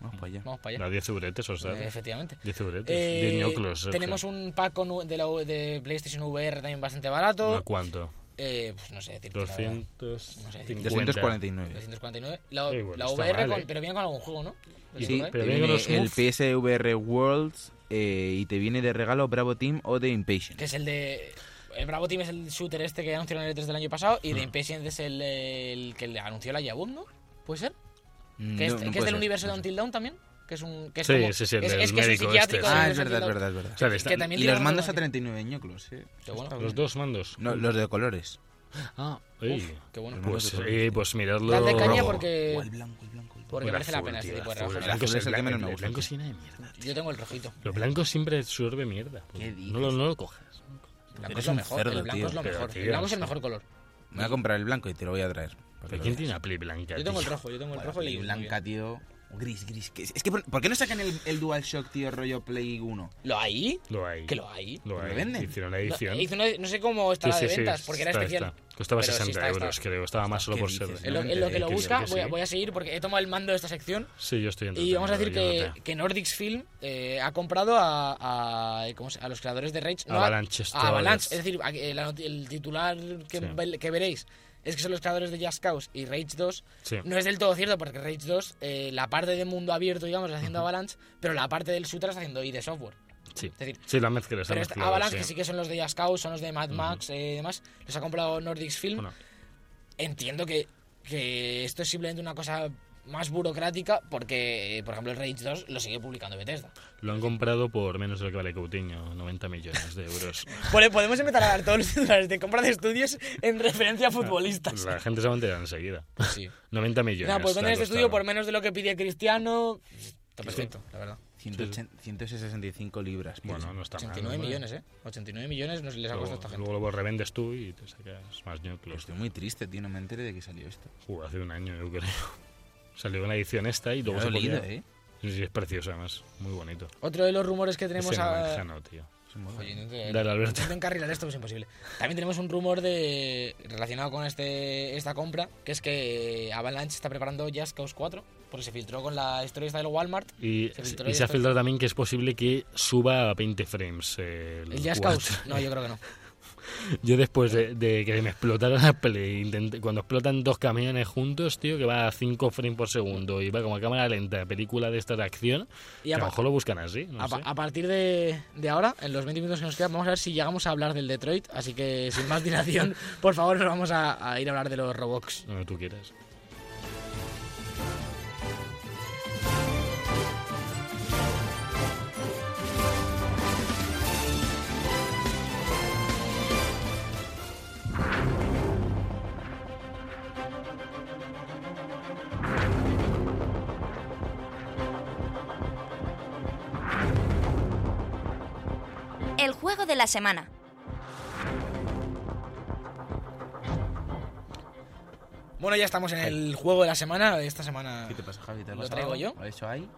S2: Vamos para allá.
S5: Vamos para allá.
S4: Da 10 euretes, os da.
S5: Eh, efectivamente.
S4: 10 euretes.
S5: Eh,
S4: 10 ñoclos.
S5: tenemos un pack con U- de, la U- de PlayStation VR también bastante barato.
S4: ¿Cuánto?
S5: Eh, pues no sé, decirte la verdad.
S4: 250.
S2: 249.
S5: 249. La,
S4: Eh, bueno,
S5: la
S4: está
S5: VR,
S4: mal,
S5: con-
S4: eh.
S5: pero viene con algún juego, ¿no?
S4: Y-
S2: Sí,
S4: pero
S2: pero
S4: viene con
S2: viene
S4: los
S2: el
S4: smooth.
S2: PSVR Worlds eh, y te viene de regalo Bravo Team o The Impatient.
S5: Que es el de. El Bravo Team es el shooter este que anunciaron en el E3 del año pasado. Y The
S4: Ah.
S5: Impatient es el, el que le anunció la Yabum, ¿no? ¿Puede ser?
S2: Mm,
S5: Que es,
S2: no, no
S5: que es
S2: puede
S5: del
S2: ser.
S5: universo de Until Dawn también. Que es un. Que es
S4: Sí,
S5: como-
S4: sí, sí, el
S5: es,
S4: del
S5: es que es un
S4: médico
S5: psiquiátrico.
S4: este,
S5: del
S2: Ah, es
S5: universo
S2: verdad, es
S5: Until Dawn.
S2: verdad, es verdad.
S4: O sea, está-
S5: que también
S2: Y
S5: tiene
S2: los mandos a
S5: razón,
S2: 39 ñoclos, eh.
S5: Qué bueno.
S2: Está
S4: Los
S2: bien.
S4: dos mandos.
S2: No, los de colores.
S4: Ah, ey.
S5: Qué bueno.
S2: Los mandos
S4: Pues,
S2: de colores,
S4: eh,
S2: tío.
S4: pues miradlo.
S5: Dadle caña
S4: rojo.
S5: porque.
S2: O el blanco, el blanco, el blanco.
S5: Porque
S4: El
S5: merece la
S4: azul,
S5: pena este
S4: tío,
S5: tipo de
S4: azul,
S5: rebajas.
S4: El blanco
S2: azul
S4: es
S2: es el que menos me
S4: el
S2: gusta,
S4: blanco
S2: tío.
S4: es llena de mierda.
S5: Yo tengo el rojito.
S4: Lo blanco siempre absorbe mierda.
S2: ¿Qué
S4: No lo,
S2: dices?
S4: no lo cojas.
S5: El blanco
S2: Eres
S5: es lo
S2: un
S5: mejor.
S2: cerdo,
S5: el blanco
S2: tío.
S5: es lo
S4: Pero,
S5: mejor.
S4: tío,
S5: el blanco es el
S4: no sé.
S5: mejor color.
S2: Me voy a comprar el blanco y te lo voy a traer.
S4: ¿Pero quién tiene una play blanca?
S5: Yo tengo el
S4: tío?
S5: rojo, yo tengo el
S2: Bueno,
S5: rojo y
S2: Play
S5: muy
S2: blanca,
S5: bien.
S2: tío. O Gris, gris. que es- Es que, ¿por, por qué no sacan el, el DualShock, tío, rollo Play 1?
S5: ¿Lo hay?
S4: Lo hay.
S5: ¿Que lo hay?
S4: Lo
S2: ¿Lo
S4: hay.
S2: venden?
S4: Hicieron la
S5: No,
S4: edición.
S5: hizo- no, no sé cómo estará de ventas, porque era
S4: está,
S5: especial.
S4: está. Costaba
S5: Pero sí
S4: 60
S5: está, está.
S4: euros, creo. Estaba más solo
S2: ¿Qué
S4: por
S2: dices?
S4: ser.
S5: En lo, en lo que lo
S4: Sí,
S5: busca,
S4: sí, sí.
S5: voy a, voy a seguir porque he tomado el mando de esta sección.
S4: Sí, yo estoy
S5: Y vamos a decir
S4: entretenido,
S5: que,
S4: yo no te-
S5: que Nordics Film eh, ha comprado a, a, ¿cómo se- a los creadores de Rage. no a-
S4: Avalanche
S5: a Avalanche.
S4: Studios.
S5: Es decir, a- eh, la not- el titular que,
S4: Sí.
S5: ve- que veréis es que son los creadores de Just Cause y Rage 2.
S4: Sí.
S5: No es del todo cierto porque Rage 2, eh, la parte de mundo abierto, digamos, la está haciendo Avalanche, pero la parte del shooter la está haciendo ID Software.
S4: Sí.
S5: Es decir,
S4: Sí, la mezcla está
S5: Pero esta
S4: mezclado,
S5: Avalanche,
S4: sí.
S5: que sí que son los de Just Cause, son los de Mad Max eh, y demás, los ha comprado Nordics Film.
S4: Bueno,
S5: entiendo que, que esto es simplemente una cosa más burocrática porque, por ejemplo, el Rage 2 lo sigue publicando Bethesda.
S4: Lo han comprado por menos de lo que vale Coutinho, 90 millones de euros.
S5: Pone- Podemos empezar a dar todos los titulares de compra de estudios en referencia a futbolistas.
S4: La gente se va a enterar enseguida.
S5: Sí.
S4: 90 millones.
S5: Nada, pues
S4: le
S5: venden
S4: ha
S5: este estudio
S4: costado.
S5: por menos de lo que pide Cristiano. Está perfecto, la verdad.
S2: 180 165 libras. pues.
S4: Bueno, no está mal.
S5: 89
S4: ¿no?
S5: millones, ¿eh? 89 millones nos les ha costado
S4: Luego,
S5: esta gente.
S4: luego lo revendes tú y te sacas más ñoclos.
S2: Estoy muy triste, tío. No me enteré de que salió esto.
S4: Uh, hace un año, yo creo. Salió una edición esta y
S2: Me
S4: luego
S2: ha
S4: se
S2: dolido,
S4: ponía-
S2: ¿eh?
S4: Sí, sí, es precioso además. Muy bonito.
S5: Otro de los rumores que tenemos
S4: Ese
S5: a...
S4: naranjano, tío.
S2: Se mola.
S5: Oye, no te-
S4: Dale, Alberto.
S5: Intento encarrilar esto, que es imposible. También tenemos un rumor de relacionado con este esta compra, que es que Avalanche está preparando Just Cause 4, porque se filtró con la historia esta del Walmart.
S4: Y
S5: Se
S4: se,
S5: filtró
S4: y
S5: ya
S4: se ha
S5: esto.
S4: filtrado también que es posible que suba a 20 frames. eh, el
S5: ¿El Just
S4: cuatro.
S5: Cause? No, yo creo que no.
S4: Yo después de, de que me explotara la Play, intenté- cuando explotan dos camiones juntos, tío, que va a 5 frames por segundo y va como a cámara lenta, película de esta de acción,
S5: Y
S4: que a lo
S5: apa-
S4: mejor lo buscan así, no
S5: A, pa-
S4: sé.
S5: a partir de, de ahora, en los 20 minutos que nos quedan, vamos a ver si llegamos a hablar del Detroit. Así que, sin más dilación, por favor, nos vamos a, a ir a hablar de los Roblox.
S4: Donde tú quieras.
S1: El juego de la semana.
S5: Bueno, ya estamos en el juego de la semana. Esta semana.
S2: ¿Qué te pasa, Javi? ¿Te has
S5: ¿Lo
S2: pasado?
S5: traigo yo?
S2: ¿Lo has hecho ahí?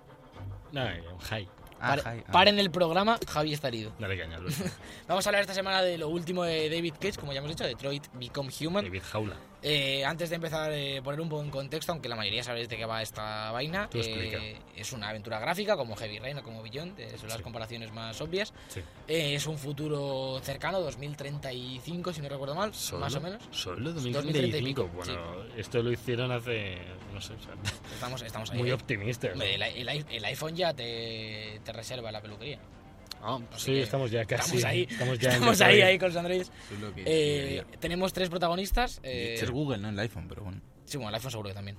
S4: Ay, hi.
S2: Ah,
S5: Pare-
S2: Javi, ah.
S5: paren el programa, Javi está herido.
S4: Dale caña, Alberto.
S5: Vamos a hablar esta semana de lo último de David Cage, como ya hemos dicho, Detroit Become Human.
S4: David Jaula.
S5: Eh, antes de empezar, eh, poner un poco en contexto, aunque la mayoría sabéis de qué va esta vaina.
S4: Tú explica.
S5: eh, es una aventura gráfica, como Heavy Rain o como Beyond, eh, son las
S4: Sí.
S5: comparaciones más obvias.
S4: Sí.
S5: Eh, es un futuro cercano, 2035, si no recuerdo mal,
S4: Solo-
S5: más o menos.
S4: Solo
S5: 2030 y
S4: 2035.
S5: pico,
S4: Bueno, esto lo hicieron hace. No sé, o sea,
S5: Estamos, estamos ahí.
S4: muy
S5: eh.
S4: optimistas.
S5: Hombre, El, el i- el iPhone ya te, te reserva la peluquería.
S4: Ah,
S5: así
S4: sí,
S5: pues que
S4: estamos ya casi.
S5: estamos ahí.
S4: Estamos, ya en
S5: Estamos
S4: Detroit.
S5: ahí, ahí con los androides.
S2: Eso es lo que
S5: Eh,
S2: quería.
S5: tenemos tres protagonistas. eh,
S2: Es Google, no el iPhone, pero bueno.
S5: sí, bueno, el iPhone seguro que también.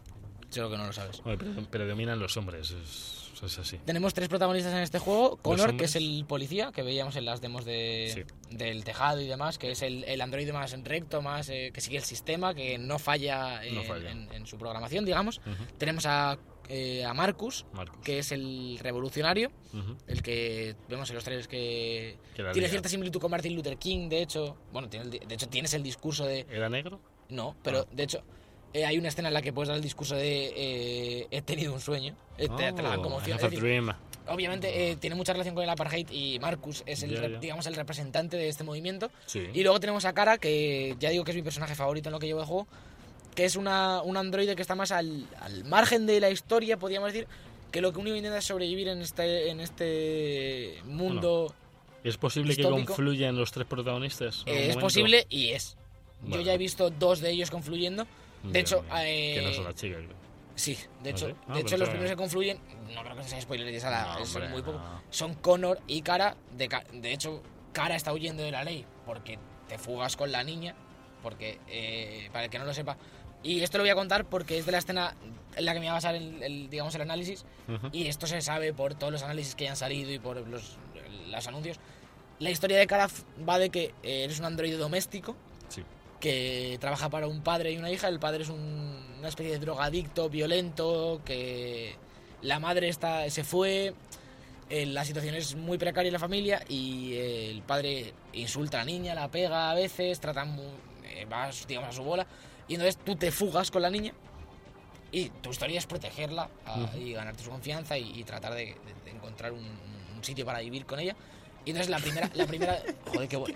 S5: Seguro que no lo sabes.
S4: Hombre, pero, pero dominan los hombres, es, o sea, es así.
S5: Tenemos tres protagonistas en este juego. Connor, que
S4: hombres.
S5: es el policía, que veíamos en las demos de, del tejado y demás, que es el, el androide más recto, más eh, que sigue el sistema, que no falla, eh,
S4: No falla.
S5: En, en su programación, digamos.
S4: Ujú,
S5: Tenemos a, eh, a Marcus,
S4: Marcus.
S5: que es el revolucionario,
S4: Ujú,
S5: el que vemos en los trailers que
S4: que la
S5: tiene
S4: lía.
S5: cierta similitud con Martin Luther King, de hecho. Bueno, tiene el di- de hecho tienes el discurso de...
S4: ¿Era negro?
S5: No, pero
S4: Ah.
S5: de hecho eh, hay una escena en la que puedes dar el discurso de eh, he tenido un sueño. Eh, te- te la dan
S4: Oh,
S5: como
S4: I
S5: opción.
S4: have a
S5: Es decir,
S4: dream.
S5: obviamente eh, tiene mucha relación con el apartheid y Marcus es el,
S4: Ya,
S5: re-
S4: ya.
S5: digamos el representante de este movimiento
S4: Sí.
S5: y luego tenemos a Cara que ya digo que es mi personaje favorito en lo que llevo de juego que es una, un androide que está más al, al margen de la historia podríamos decir que lo que único intenta es sobrevivir en este en este mundo
S4: ¿Es posible que
S5: distópico.
S4: confluyan los tres protagonistas? en
S5: eh,
S4: algún
S5: es
S4: momento?
S5: posible y es
S4: Vale.
S5: yo ya he visto dos de ellos confluyendo de
S4: Ya,
S5: hecho
S4: ya, Que no
S5: eh,
S4: son las chicas. creo.
S5: sí de
S4: Ah,
S5: hecho
S4: ¿sí? Ah,
S5: de hecho
S4: pensaba-
S5: los primeros que confluyen no creo que sea spoiler de esa edad,
S4: No,
S5: es
S4: hombre,
S5: muy poco
S4: no.
S5: son Connor y Cara. De, ca- de hecho, Cara está huyendo de la ley porque te fugas con la niña. Porque, eh, para el que no lo sepa, y esto lo voy a contar porque es de la escena en la que me va a basar el, el, digamos, el análisis.
S4: Ujú.
S5: Y esto se sabe por todos los análisis que han salido y por los, los anuncios. La historia de Cara va de que eh, eres un androide doméstico
S4: Sí.
S5: que trabaja para un padre y una hija. El padre es un- una especie de drogadicto, violento, que la madre está, se fue, eh, la situación es muy precaria en la familia y eh, el padre insulta a la niña, la pega a veces, trata mu- eh, va digamos, a su bola. Y entonces tú te fugas con la niña y tu historia es protegerla a-
S4: Ujú.
S5: y ganarte su confianza y, y tratar de, de- de encontrar un, un sitio para vivir con ella. Y entonces la primera... La primera joder, qué bueno.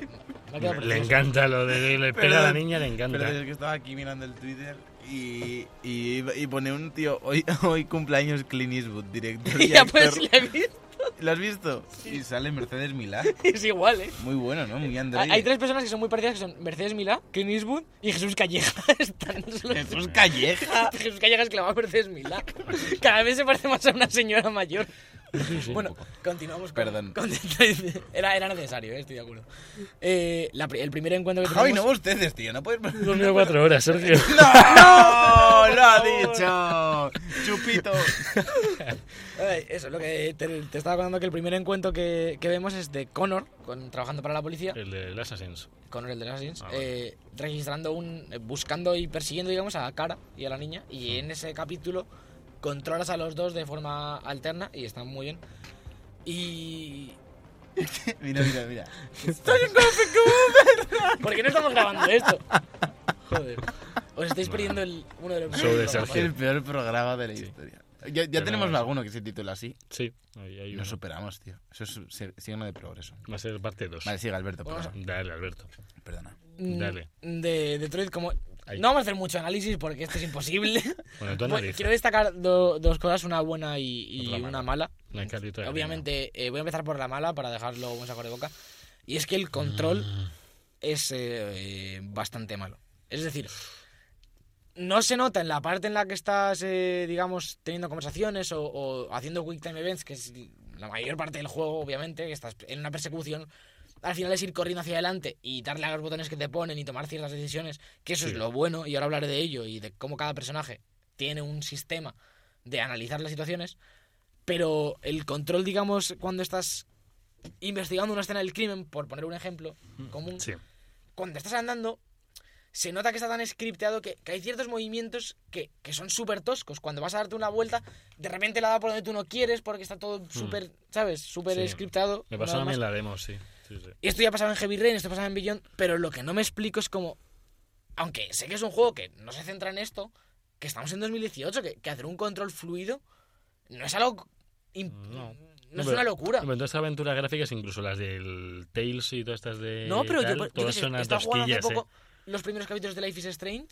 S5: Me ha
S4: Le
S5: quedado precioso.
S4: encanta lo de. Le pega a la
S2: Perdón.
S4: niña, le
S2: Pero
S4: encanta.
S2: es que estaba aquí mirando el Twitter y, y, y pone un tío, hoy, hoy cumpleaños Clint Eastwood, director. y
S5: Y ya
S2: actor.
S5: pues la he visto.
S2: ¿Lo has visto? Y sale Mercedes Milá.
S5: Es igual, ¿eh?
S2: Muy bueno, ¿no? Muy
S5: Hay,
S2: androide.
S5: hay tres personas que son muy parecidas, que son Mercedes Milá, Clint Eastwood y Jesús Calleja. Están los-
S2: Jesús Calleja.
S5: Jesús Calleja es clavado a Mercedes Milá. Cada vez se parece más a una señora mayor. Bueno, continuamos. con-
S2: Perdón.
S5: con- era, era necesario, eh, estoy de acuerdo. Eh, la pri- el primer encuentro que
S2: Javi, no
S5: tuvimos...
S2: ustedes, tío. No puedes.
S4: He dormido cuatro horas, Sergio.
S2: ¡No! ¡Lo ha dicho! ¡Chupito!
S5: Ay, eso, lo que te, te estaba contando que el primer encuentro que, que vemos es de Connor, con, trabajando para la policía.
S4: El del Assassin's.
S5: Connor, el de Assassin's,
S4: Ah, vale.
S5: eh, registrando un. eh, buscando y persiguiendo, digamos, a Cara y a la niña. Y en ese capítulo controlas a los dos de forma alterna y están muy bien. Y.
S2: Mira, mira, mira.
S5: ¿Por qué no estamos grabando esto? Joder. Os estáis perdiendo el, uno de los.
S4: Show de
S5: programas.
S4: Sergio.
S2: El peor programa de la historia. Ya, ya
S4: Pero
S2: tenemos
S4: vamos.
S2: alguno que se titula así.
S4: Sí, ahí hay
S2: Nos
S4: uno.
S2: superamos, tío. Eso es se- signo de progreso.
S4: Va a ser parte 2.
S2: Vale, sigue Alberto, perdona.
S4: Dale, Alberto.
S2: perdona.
S5: Mm,
S4: Dale.
S5: De Detroit, como.
S4: Ahí.
S5: No vamos a hacer mucho análisis porque esto es imposible.
S4: Bueno, tú
S5: Bueno,
S4: analiza.
S5: quiero destacar do- dos cosas, una buena y, y
S4: Otra mala.
S5: una mala.
S4: La carita de
S5: Obviamente, eh, voy a empezar por la mala para dejarlo buen sabor de boca. Y es que el control
S4: Ah.
S5: es eh, eh, bastante malo. Es decir, no se nota en la parte en la que estás, eh, digamos, teniendo conversaciones o, o haciendo quick time events, que es la mayor parte del juego, obviamente, que estás en una persecución. Al final es ir corriendo hacia adelante y darle a los botones que te ponen y tomar ciertas decisiones, que eso
S4: Sí.
S5: es lo bueno, y ahora hablaré de ello y de cómo cada personaje tiene un sistema de analizar las situaciones, pero el control, digamos, cuando estás investigando una escena del crimen, por poner un ejemplo común,
S4: Mm. Sí.
S5: cuando estás andando, se nota que está tan scripteado que, que hay ciertos movimientos que, que son súper toscos. Cuando vas a darte una vuelta, de repente la da por donde tú no quieres porque está todo súper, ¿sabes? Súper
S4: Hmm. Sí.
S5: scriptado.
S4: Me
S5: una
S4: pasó a
S5: vez
S4: mí
S5: más.
S4: en la demo, sí. Sí, sí.
S5: Y esto ya pasaba en Heavy Rain, esto pasaba en Billion, pero lo que no me explico es como... Aunque sé que es un juego que no se centra en esto, que estamos en 2018, que, que hacer un control fluido no es algo... im-
S4: No.
S5: No, es una locura.
S4: Bueno, todas estas aventuras gráficas, incluso las del Tales y todas estas de.
S5: No, pero
S4: tal,
S5: yo, yo que
S4: todas
S5: sé,
S4: son
S5: he
S4: las
S5: estado jugando hace
S4: tosquillas.
S5: poco
S4: ¿eh?
S5: los primeros capítulos de Life is Strange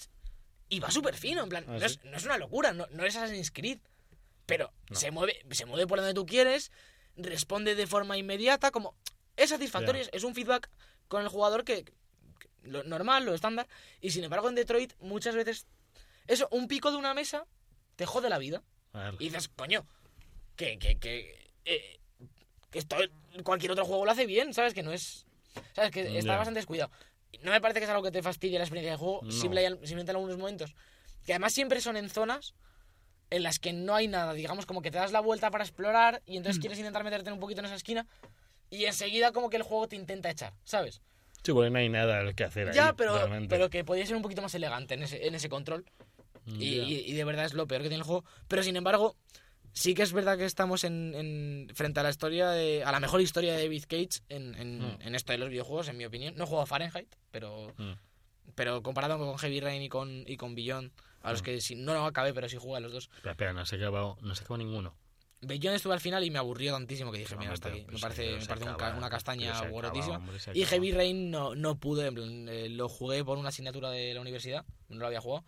S5: y va súper fino, en plan,
S4: Ah,
S5: no,
S4: ¿sí?
S5: es, no es una locura, no, no es Assassin's Creed, pero se, mueve, se mueve por donde tú quieres, responde de forma inmediata, como es satisfactorio,
S4: Ya.
S5: es, es un feedback con el jugador que, que- lo normal, lo estándar, y sin embargo en Detroit muchas veces eso, un pico de una mesa te jode la vida.
S4: eh. Vale.
S5: Y dices, coño, que, que, que, eh, que esto cualquier otro juego lo hace bien, ¿sabes? Que no es. ¿Sabes? Que está
S4: Ya.
S5: bastante descuidado. No me parece que es algo que te fastidie la experiencia de juego,
S4: No.
S5: simple- simplemente en algunos momentos. Que además siempre son en zonas en las que no hay nada, digamos, como que te das la vuelta para explorar y
S4: Mm.
S5: entonces quieres intentar meterte un poquito en esa esquina y enseguida como que el juego te intenta echar, ¿sabes?
S4: Sí, bueno, no hay nada que hacer ahí.
S5: Ya, pero,
S4: realmente.
S5: pero que podía ser un poquito más elegante en ese, en ese control. Y,
S4: Mm, Ya.
S5: y- y de verdad es lo peor que tiene el juego. Pero sin embargo, sí que es verdad que estamos en, en- frente a la historia de, a la mejor historia de David Cage en, en,
S4: Mm.
S5: en esto de los videojuegos, en mi opinión. No he jugado a Fahrenheit, pero,
S4: Mm.
S5: pero comparado con Heavy Rain y con, y con Beyond, a los que sí- no lo acabé, pero sí jugué a los dos.
S4: Espera, espera, no se ha acabado, no se ha acabado ninguno.
S5: Beyond estuve al final y me aburrió tantísimo que dije, mira, hasta aquí. Me parece, me parece un ca- una castaña guarotísima. Y Heavy Rain no, no pude, en plan, eh, lo jugué por una asignatura de la universidad, no lo había jugado.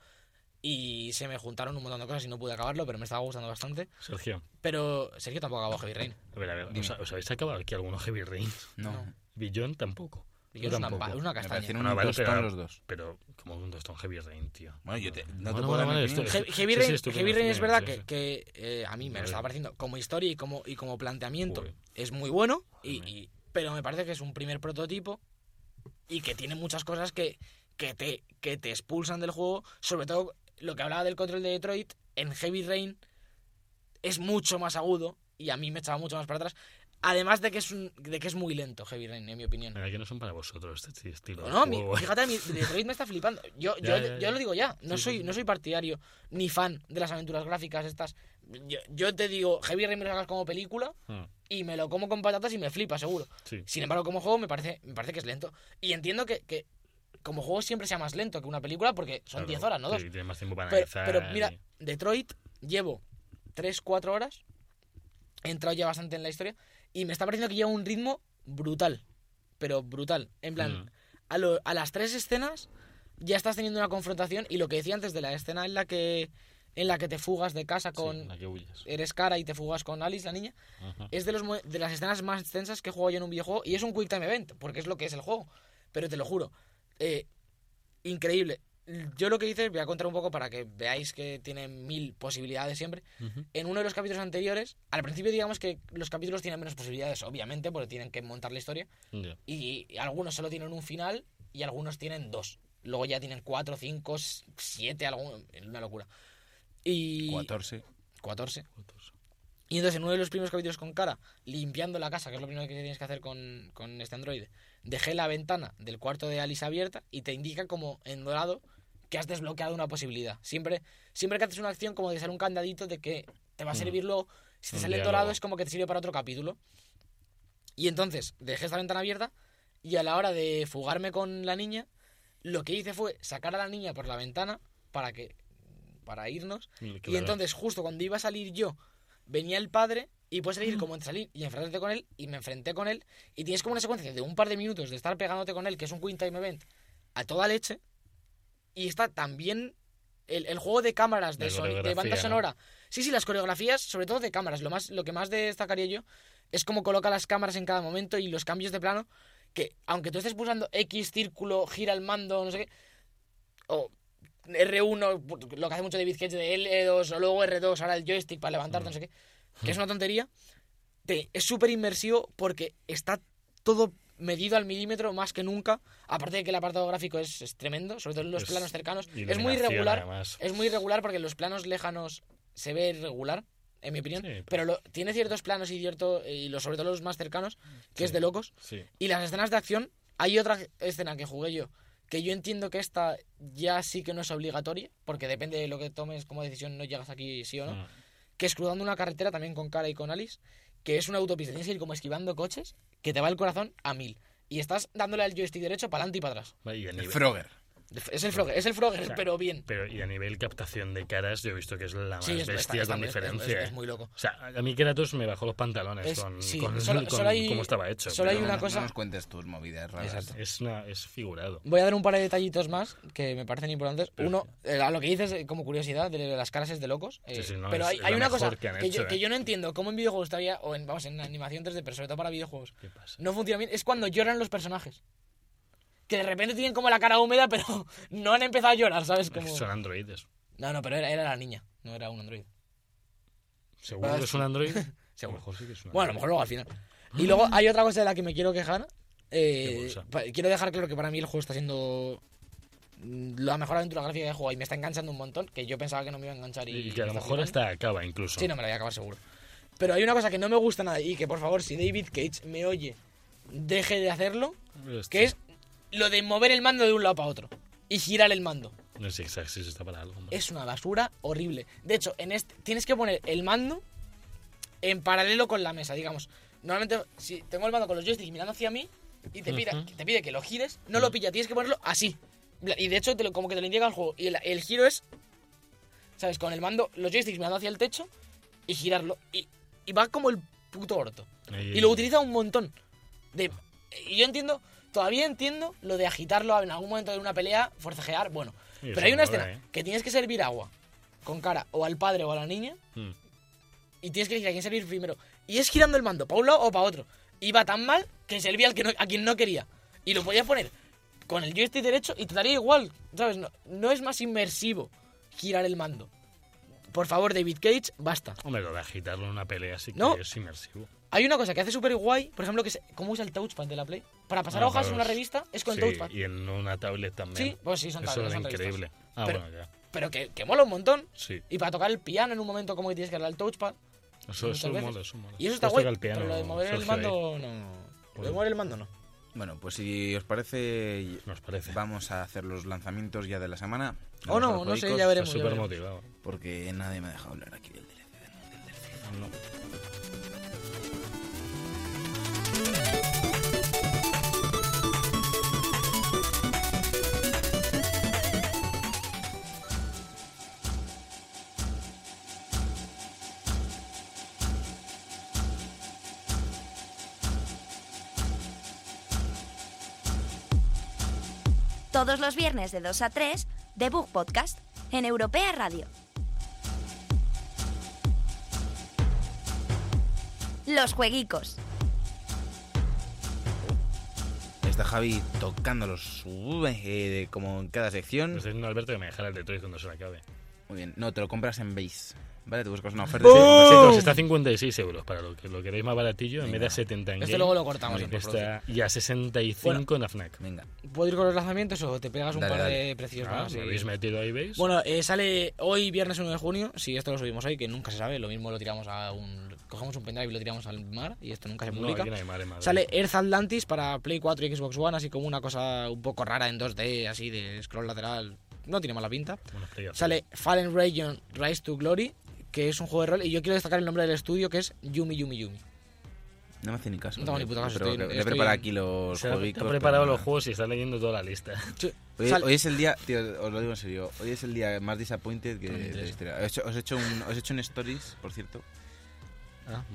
S5: Y se me juntaron un montón de cosas y no pude acabarlo, pero me estaba gustando bastante.
S4: Sergio,
S5: Pero Sergio tampoco acabó Heavy Rain.
S4: a ver, a ver,
S2: Dime.
S4: ¿os, os habéis acabado aquí alguno Heavy Rain?
S2: No.
S4: Billón tampoco.
S5: Y
S4: Yo
S5: es, una,
S4: tampoco.
S5: pa- es una
S2: Me
S5: castaña.
S2: parecen un
S4: Ah, vale,
S2: tostón
S4: pero-
S2: los dos.
S4: Pero como un tostón Heavy Rain, tío.
S2: Bueno, yo te- no
S4: Bueno,
S2: te puedo
S4: bueno,
S2: dar
S4: bueno,
S2: mi
S4: esto-
S2: opinión.
S5: He-
S4: sí,
S5: Heavy
S4: sí,
S5: Rain,
S4: estuvo
S5: Heavy
S4: bien,
S5: Rain es
S4: estuvo
S5: verdad
S4: bien,
S5: que,
S4: sí,
S5: que, eh, a mí me lo
S4: Vale.
S5: estaba pareciendo como historia y como, y como planteamiento.
S4: Joder.
S5: Es muy bueno, y,
S4: Joder.
S5: y- pero me parece que es un primer prototipo y que tiene muchas cosas que, que, te, que te expulsan del juego. Sobre todo lo que hablaba del control de Detroit, en Heavy Rain es mucho más agudo y a mí me echaba mucho más para atrás. Además de que es, un, de que es muy lento Heavy Rain, en mi opinión.
S4: Mira, que no son para vosotros este sí, estilo de
S5: No, mi-
S4: juego.
S5: fíjate, mi Detroit me está flipando. Yo, yo,
S4: Ya, ya,
S5: yo
S4: ya.
S5: lo digo ya, no,
S4: Sí,
S5: soy,
S4: sí, sí.
S5: no soy partidario ni fan de las aventuras gráficas estas. Yo, yo te digo, Heavy Rain me lo sacas como película
S4: Ah,
S5: y me lo como con patatas y me flipa, seguro.
S4: sí.
S5: Sin embargo, como juego me parece, me parece que es lento. Y entiendo que, que como juego siempre sea más lento que una película porque son
S4: Claro,
S5: 10 horas, no 2.
S4: Sí, tienes más tiempo para
S5: Pero,
S4: analizar.
S5: pero mira,
S4: y-
S5: Detroit llevo 3-4 horas. He entrado ya bastante en la historia. Y me está pareciendo que lleva un ritmo brutal. Pero brutal. En plan,
S4: Mm.
S5: a, lo- a las tres escenas ya estás teniendo una confrontación. Y lo que decía antes de la escena en la que, en la que te fugas de casa
S4: Sí,
S5: con. Eh,
S4: la que huyes.
S5: Eres cara y te fugas con Alice, la niña.
S4: Ajá.
S5: Es de, los, mo- de las escenas más extensas que he jugado yo en un videojuego. Y es un quick time event, porque es lo que es el juego. Pero te lo juro. eh, increíble. yo lo que hice, voy a contar un poco para que veáis que tiene mil posibilidades siempre.
S4: Ujú.
S5: En uno de los capítulos anteriores, al principio digamos que los capítulos tienen menos posibilidades, obviamente, porque tienen que montar la historia.
S4: Ya.
S5: Y, algunos solo tienen un final y algunos tienen dos. Luego ya tienen cuatro, cinco, s- siete, algún, una locura. Y...
S2: 14.
S5: 14. Y entonces en uno de los primeros capítulos con cara, limpiando la casa, que es lo primero que tienes que hacer con, con este androide, dejé la ventana del cuarto de Alice abierta y te indica como en dorado que has desbloqueado una posibilidad. Siempre, siempre que haces una acción como de sale un candadito de que te va a
S4: Mm.
S5: servir luego, si te
S4: Un
S5: sale en
S4: diálogo.
S5: dorado es como que te sirve para otro capítulo. Y entonces dejé esta ventana abierta y a la hora de fugarme con la niña, lo que hice fue sacar a la niña por la ventana para que para irnos y
S4: Claro.
S5: entonces, justo cuando iba a salir yo, venía el padre y puedes salir como en salir y enfrentarte con él. Y me enfrenté con él. Y tienes como una secuencia de un par de minutos de estar pegándote con él, que es un Queen Time Event, a toda leche. Y está también el, el juego de cámaras, de,
S4: De
S5: son- de
S4: coreografía,
S5: banda
S4: ¿no?
S5: sonora. Sí, sí, las coreografías, sobre todo de cámaras. Lo, más, lo que más destacaría yo es cómo coloca las cámaras en cada momento y los cambios de plano. Que aunque tú estés pulsando X, círculo, gira el mando, no sé qué. O R1, lo que hace mucho David Cage de L2, o luego R2, ahora el joystick para levantarte, no sé qué, que es una tontería, te- es súper inmersivo porque está todo medido al milímetro más que nunca, aparte de que el apartado gráfico es, es tremendo, sobre todo en los
S4: Es
S5: planos cercanos, es muy
S4: iluminación,
S5: irregular,
S4: además.
S5: es muy irregular porque en los planos lejanos se ve irregular, en mi opinión,
S4: Sí, pues. pero-
S5: pero, lo- tiene ciertos planos y, cierto, y los, sobre todo los más cercanos, que es
S4: Sí.
S5: de locos,
S4: Sí.
S5: y las escenas de acción, hay otra escena que jugué yo, que yo entiendo que esta ya sí que no es obligatoria, porque depende de lo que tomes como decisión, no llegas aquí sí o no,
S4: Mm.
S5: que es cruzando una carretera también con Cara y con Alice, que es una autopista, tienes que ir como esquivando coches, que te va el corazón a mil. Y estás dándole al joystick derecho para adelante y para atrás.
S4: Vale, Y a
S2: El
S4: nivel,
S2: Frogger.
S5: Es el Frogger, es el Frogger,
S4: sea,
S5: pero bien.
S4: Pues pero y a nivel captación de caras, yo he visto que es la más
S5: Sí, es, está-
S4: bestia
S5: está-
S4: con
S5: es- es-
S4: diferencia.
S5: es- es
S4: ¿eh?
S5: muy loco.
S4: O sea, a mí Kratos me bajó los pantalones
S5: Es-
S4: con,
S5: sí,
S4: con-
S5: solo-
S4: con
S5: solo hay-
S4: cómo estaba hecho.
S5: solo hay
S4: pero
S5: una
S2: no,
S5: cosa-
S2: No nos cuentes tus movidas raras.
S5: Exacto.
S4: es, una- es figurado.
S5: Voy a dar un par de detallitos más que me parecen importantes.
S4: Pero-
S5: Uno, eh, a lo que dices eh, como curiosidad de las caras es de locos. eh,
S4: Sí, sí, no,
S5: pero
S4: es-
S5: hay,
S4: es
S5: hay
S4: lo
S5: una
S4: mejor
S5: cosa
S4: que
S5: que,
S4: han
S5: yo,
S4: hecho,
S5: que
S4: eh.
S5: yo no entiendo cómo en videojuegos todavía, o en, vamos, en animación 3D, pero sobre todo para videojuegos,
S4: ¿Qué pasa?
S5: no funciona bien, es cuando lloran los personajes. Que de repente tienen como la cara húmeda, pero no han empezado a llorar, ¿sabes?
S4: Es que
S5: Como...
S4: Son androides.
S5: No, no, pero era, era la niña, no era un android.
S4: ¿Seguro que es un android?
S5: Ah, Seguro.
S4: A lo mejor sí que es un
S5: Bueno, a lo
S4: android.
S5: mejor luego al final. Y luego hay otra cosa de la que me quiero quejar. Eh,
S4: Qué bolsa.
S5: pa- quiero dejar claro que para mí el juego está siendo mm, la mejor aventura gráfica que he jugado y me está enganchando un montón, que yo pensaba que no me iba a enganchar y...
S4: Y que a lo
S5: me está
S4: mejor
S5: flipando.
S4: hasta acaba incluso.
S5: Sí, no me la voy a acabar seguro. Pero hay una cosa que no me gusta nada y que por favor, si David Cage me oye, deje de hacerlo,
S4: Este,
S5: que es lo de mover el mando de un lado para otro y girar el mando.
S4: No sé exacto si eso está para algo. hombre.
S5: Es una basura horrible. De hecho, en este tienes que poner el mando en paralelo con la mesa, digamos. Normalmente, si tengo el mando con los joysticks mirando hacia mí y te pide,
S4: Ujú. Mm.
S5: te pide que lo gires, no lo pilla, tienes que ponerlo así. Bla- Y de hecho, te lo- como que te lo indica el juego. Y el, el giro es, ¿sabes? Con el mando, los joysticks mirando hacia el techo y girarlo. Y, y va como el puto orto.
S4: Ahí-
S5: Y lo utiliza un montón. De, y yo entiendo, todavía entiendo lo de agitarlo en algún momento de una pelea, forcejear, bueno.
S4: Y eso
S5: Pero hay una
S4: mola, ¿eh?
S5: escena que tienes que servir agua con cara o al padre o a la niña
S4: ¿eh? Mm.
S5: y tienes que elegir a quién servir primero. Y es girando el mando, para un lado o para otro. Iba tan mal que servía al que no- a quien no quería. Y lo podías poner con el joystick derecho y te daría igual, ¿sabes? No, no es más inmersivo girar el mando. Por favor, David Cage, basta.
S4: Hombre, lo de agitarlo en una pelea sí que
S5: No.
S4: es inmersivo.
S5: Hay una cosa que hace súper guay, por ejemplo, que es cómo usa el touchpad de la Play. Para pasar
S4: Ah,
S5: hojas
S4: para
S5: en una
S4: los-
S5: revista es con
S4: sí,
S5: el touchpad.
S4: Y en una tablet también.
S5: Sí, pues sí, son
S4: Eso
S5: tabletas,
S4: era
S5: son revistas.
S4: increíble. Ah,
S5: Pero-
S4: bueno, ya.
S5: Pero que, que mola un montón.
S4: Sí.
S5: Y para tocar el piano en un momento como que tienes que darle al touchpad.
S4: Eso,
S5: muchas
S4: eso
S5: veces.
S4: mola, eso mola.
S5: Y eso está
S4: Puedes
S5: guay.
S4: tocar el piano,
S5: pero lo de mover el
S4: Sergio, ahí.
S5: mando no. Lo de mover el mando no.
S2: Bueno, pues si os parece,
S4: Nos parece.
S2: vamos a hacer los lanzamientos ya de la semana.
S5: O
S2: Vamos
S5: no,
S2: a los
S5: no
S2: juegicos,
S5: sé, ya
S4: Está
S5: veremos. ya
S4: súper
S5: veremos.
S4: motivado.
S2: Porque nadie me ha dejado hablar aquí del DLC.
S5: Mm.
S1: Todos los viernes de 2 a 3, The Book Podcast, en Europea Radio. Los jueguicos.
S2: Este está Javi tocando los eh, como en cada sección.
S4: Me está diciendo Alberto que me dejara el Detroit cuando se le acabe.
S2: Muy bien. No, te lo compras en Base. Vale, te buscas una oferta.
S4: Sí,
S2: y te
S5: ¡Oh!
S2: lo compras en
S4: chicos,
S2: Base.
S4: está a 56 euros para lo que lo queréis más baratillo. En vez de a 70 en
S5: Este
S4: Game,
S5: luego lo cortamos.
S2: Muy
S5: en
S2: bien,
S5: postproducción.
S4: está y a 65 en AFNAC.
S2: Venga.
S5: ¿Puedo ir con los lanzamientos o te pegas un
S2: Dale,
S5: par
S2: dale.
S5: de precios
S4: Ah,
S5: más?
S4: me
S5: y-
S4: habéis metido ahí, ¿veis?
S5: Bueno, eh, sale hoy, viernes 1 de junio. Si esto lo subimos hoy, que nunca se sabe, lo mismo lo tiramos a un. Cogemos un pendrive y lo tiramos al mar y esto nunca se
S4: no,
S5: publica.
S4: aquí no hay mar en Madrid.
S5: Sale Earth Atlantis para Play 4 y Xbox One, así como una cosa un poco rara en 2D, así de scroll lateral. No tiene mala pinta.
S4: Bueno, explica.
S5: Sale Fallen Region Rise to Glory, que es un juego de rol. Y yo quiero destacar el nombre del estudio, que es Yumi Yumi Yumi.
S2: No me hace ni caso.
S5: No tengo
S2: tío.
S5: ni puta caso,
S2: Pero
S5: estoy-
S2: le- le he
S5: estoy
S2: preparado
S5: en-
S2: aquí los
S4: Se ha-
S2: jueguitos,
S4: ha preparado
S2: pero
S4: los
S2: no.
S4: juegos y está leyendo toda la lista.
S5: Sí.
S2: Hoy,
S5: Sale-
S2: hoy es el día, tío, os lo digo en serio. Hoy es el día más disappointed que de la historia. Os he hecho, os he hecho un, os he hecho un stories, por cierto,